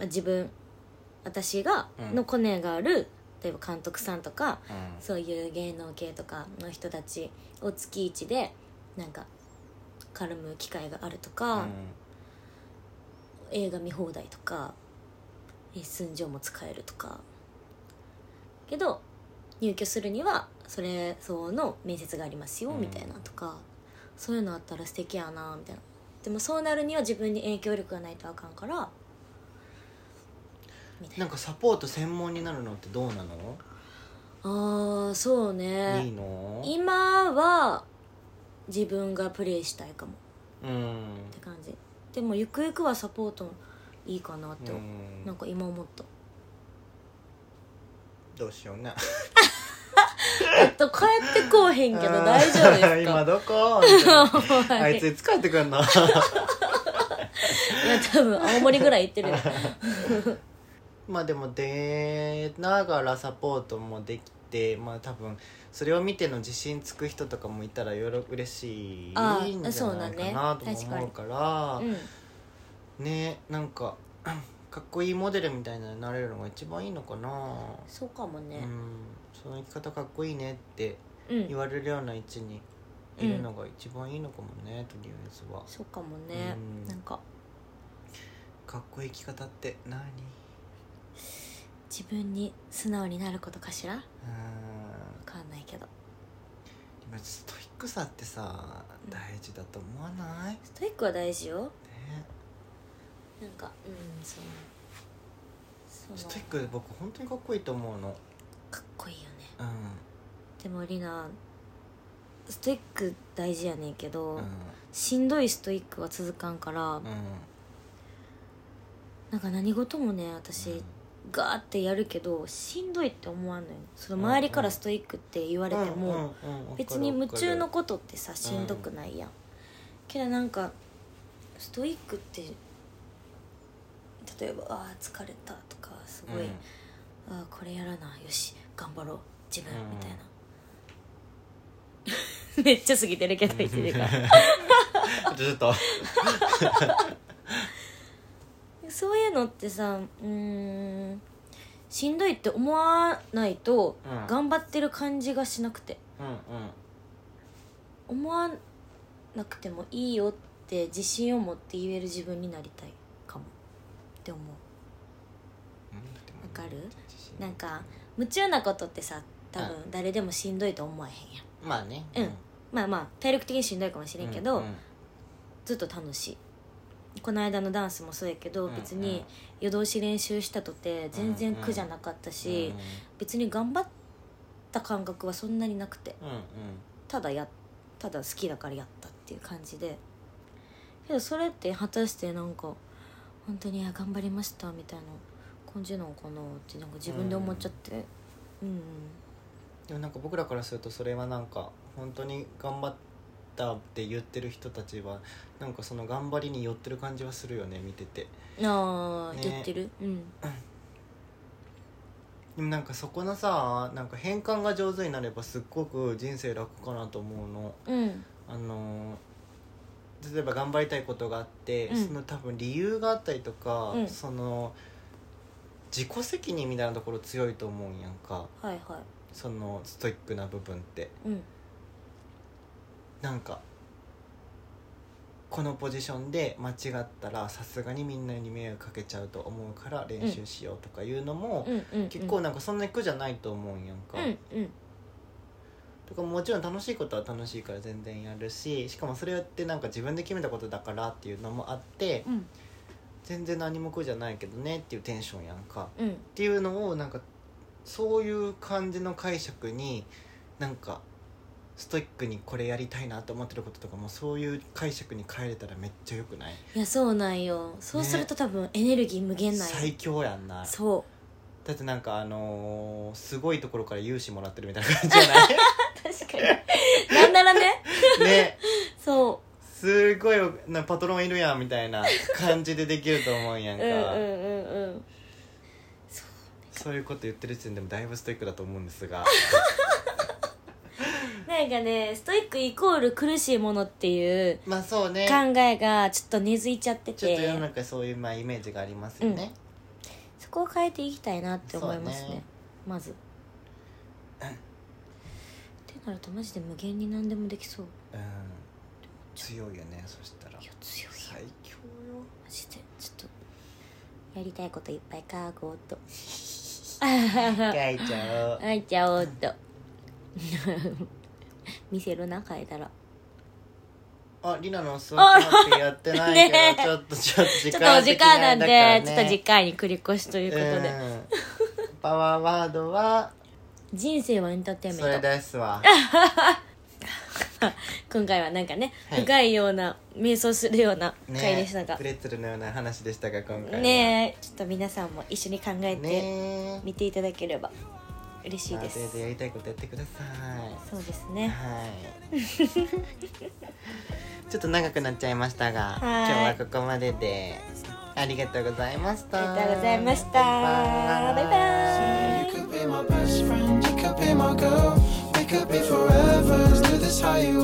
B: あ自分私が
A: うん
B: のコネがある、例えば監督さんとか
A: うん
B: そういう芸能系とかの人たちを月一でなんか絡む機会があるとか、映画見放題とかレッスン場も使えるとかけど入居するにはそれ相応の面接がありますよ
A: うん
B: みたいなとか、そういうのあったら素敵やなみたいなでもそうなるには自分に影響力がないとあかんからみたい
A: な
B: なん
A: かサポート専門になるのってどうなの、
B: ああそう
A: いい
B: ね
A: の
B: 今は自分がプレイしたいかも
A: うん
B: って感じでもゆくゆくはサポートもいいかなって、
A: うん
B: なんか今思った
A: どうしようね
B: ちょっと帰ってこうへんけど大丈夫です か
A: 今どこみたいな
B: はい
A: あいついつ帰ってくんの
B: いや多分青森ぐらい行ってるよ
A: まあでも出ながらサポートもできてまあ多分それを見ての自信つく人とかもいたらよろ嬉しいんじゃ
B: あ
A: な
B: ー
A: い
B: そうだ
A: か
B: ね
A: なとも思うから
B: うん
A: ねなんか かっこいいモデルみたいなのになれるのが一番いいのかな、
B: そうかも
A: うん
B: ね
A: その生き方かっこいいねって
B: うん、
A: 言われるような位置にいるのが一番いいのかもね、とりあえずは
B: そうかもね
A: うん
B: なんか
A: かっこいい生き方って何
B: 自分に素直になることかしらわ
A: うん
B: かんないけど
A: 今ストイックさってさ大事だと思わない、
B: ストイックは大事よ
A: ね、
B: なんかうんそうその
A: ストイック僕本当にかっこいいと思うの
B: かっこいいよね
A: うん
B: でもりなストイック大事やねんけど、
A: うん
B: しんどいストイックは続かんから、
A: う
B: なんか何事もね私、
A: うん
B: ガーってやるけどしんどいって思わんのよその周りからストイックって言われても、
A: うんうんうん
B: 別に夢中の
A: わか
B: ことってさしんどくないやん、けどなんかストイックって例えば「あー疲れた」とかす
A: るわ
B: ご
A: か
B: い「
A: る
B: あーこれやらなよし頑張ろう自分」
A: うん
B: みたいな めっちゃ過ぎてるけど言ってるから
A: うん、ちょっと
B: そういうのってさうーんしんどいって思わないと、
A: うん
B: 頑張ってる感じがしなくて
A: うんうん
B: 思わなくてもいいよって自信を持って言える自分になりたいかもって思うわかるなんか夢中なことってさ多
A: う
B: 分誰でもしんどいと思わへんやん
A: まあね
B: うんまあまあ体力的にしんどいかもしれんけど、
A: うんうん
B: ずっと楽しいこの間のダンスもそうやけど
A: うん
B: 別に夜通し練習したとて全然苦じゃなかったし、別に頑張った感覚はそんなになくて
A: うんうん
B: ただやただ好きだからやったっていう感じでけどそれって果たしてなんか本当にあ頑張りましたみたいな感じなのかなってなんか自分で思っちゃってうん
A: でもなんか僕らからするとそれはなんか本当に頑張ったって言ってる人たちはなんかその頑張りに寄ってる感じはするよね見てて
B: ああ、
A: ね
B: 言ってるうん
A: でもなんかそこのさなんか変換が上手になればすっごく人生楽かなと思うの
B: うん
A: あのー例えば頑張りたいことがあって、
B: うん
A: その多分理由があったりとか、
B: うん
A: その自己責任みたいなところ強いと思うんやんか
B: はいは
A: そのストイックな部分って
B: いうん
A: なんかこのポジションで間違ったらさすがにみんなに迷惑かけちゃうと思うから練習しようとかいうのも、
B: うんうんうん
A: 結構なんかそんなに苦じゃないと思うんやんか、
B: うんうん
A: とかもちろん楽しいことは楽しいから全然やるししかもそれってなんか自分で決めたことだからっていうのもあって
B: うん
A: 全然何も苦じゃないけどねっていうテンションやんかっ
B: うん
A: ていうのをなんかそういう感じの解釈になんかストイックにこれやりたいなと思ってることとかもそういう解釈に変えれたらめっちゃよくない
B: いやそうなんよそうすると多分エネルギー無限なんよ
A: 最強やんな
B: そ
A: だってなんかあのーすごいところから融資もらってるみたいな感じじゃ な
B: う確かになんならね
A: いね
B: そう
A: すごいなパトロンいるやんみたいな感じでできると思うんやん
B: う
A: か、
B: んうんうんうん
A: そういうこと言ってる時点でもだいぶストイックだと思うんです が
B: なんかねストイックイコール苦しいものっていう
A: まあそうね
B: 考えがちょっと根付いちゃって
A: ちょっと世
B: て
A: の中そういうまあイメージがありますよね、
B: そこを変えていきたいなって思いますね
A: そうね
B: まずってなるとマジで無限に何でもできそう
A: うん強いよねそしたら
B: いや強いよ
A: 最強 よ
B: マジでちょっとやりたいこといっぱいかごーっと
A: 書いちゃおう
B: あいちゃおうっと 見せるな変えたら
A: あリナの座ってやってないけど、
B: ねえ
A: ちょっとちょっと時
B: ちょっとお
A: 間
B: 時
A: 的
B: 間
A: に
B: な
A: あ
B: ん
A: れ
B: で、
A: だからね
B: ちょっと次回に繰り越しということで、
A: うん パワーワードは
B: 人生はエンターテイン
A: そ
B: メ
A: れ
B: ント
A: ですわ
B: 今回はなんかね、
A: はい
B: 深いような瞑想するような
A: ね
B: 回でしたが
A: プレッツェルのような話でしたが今回は
B: ねえちょっと皆さんも一緒に考えて
A: ね
B: 見ていただければ嬉しい
A: パー
B: です、
A: ティーでやりたいことやってくださ
B: そうです
A: い
B: ね
A: はいちょっと長くなっちゃい ましたが
B: は
A: 今日
B: い
A: はここまででありがとうございました
B: ありがとうございましたバイバイ
C: You could be my best friend, you could be my girl. We could be forever. Let's do this how you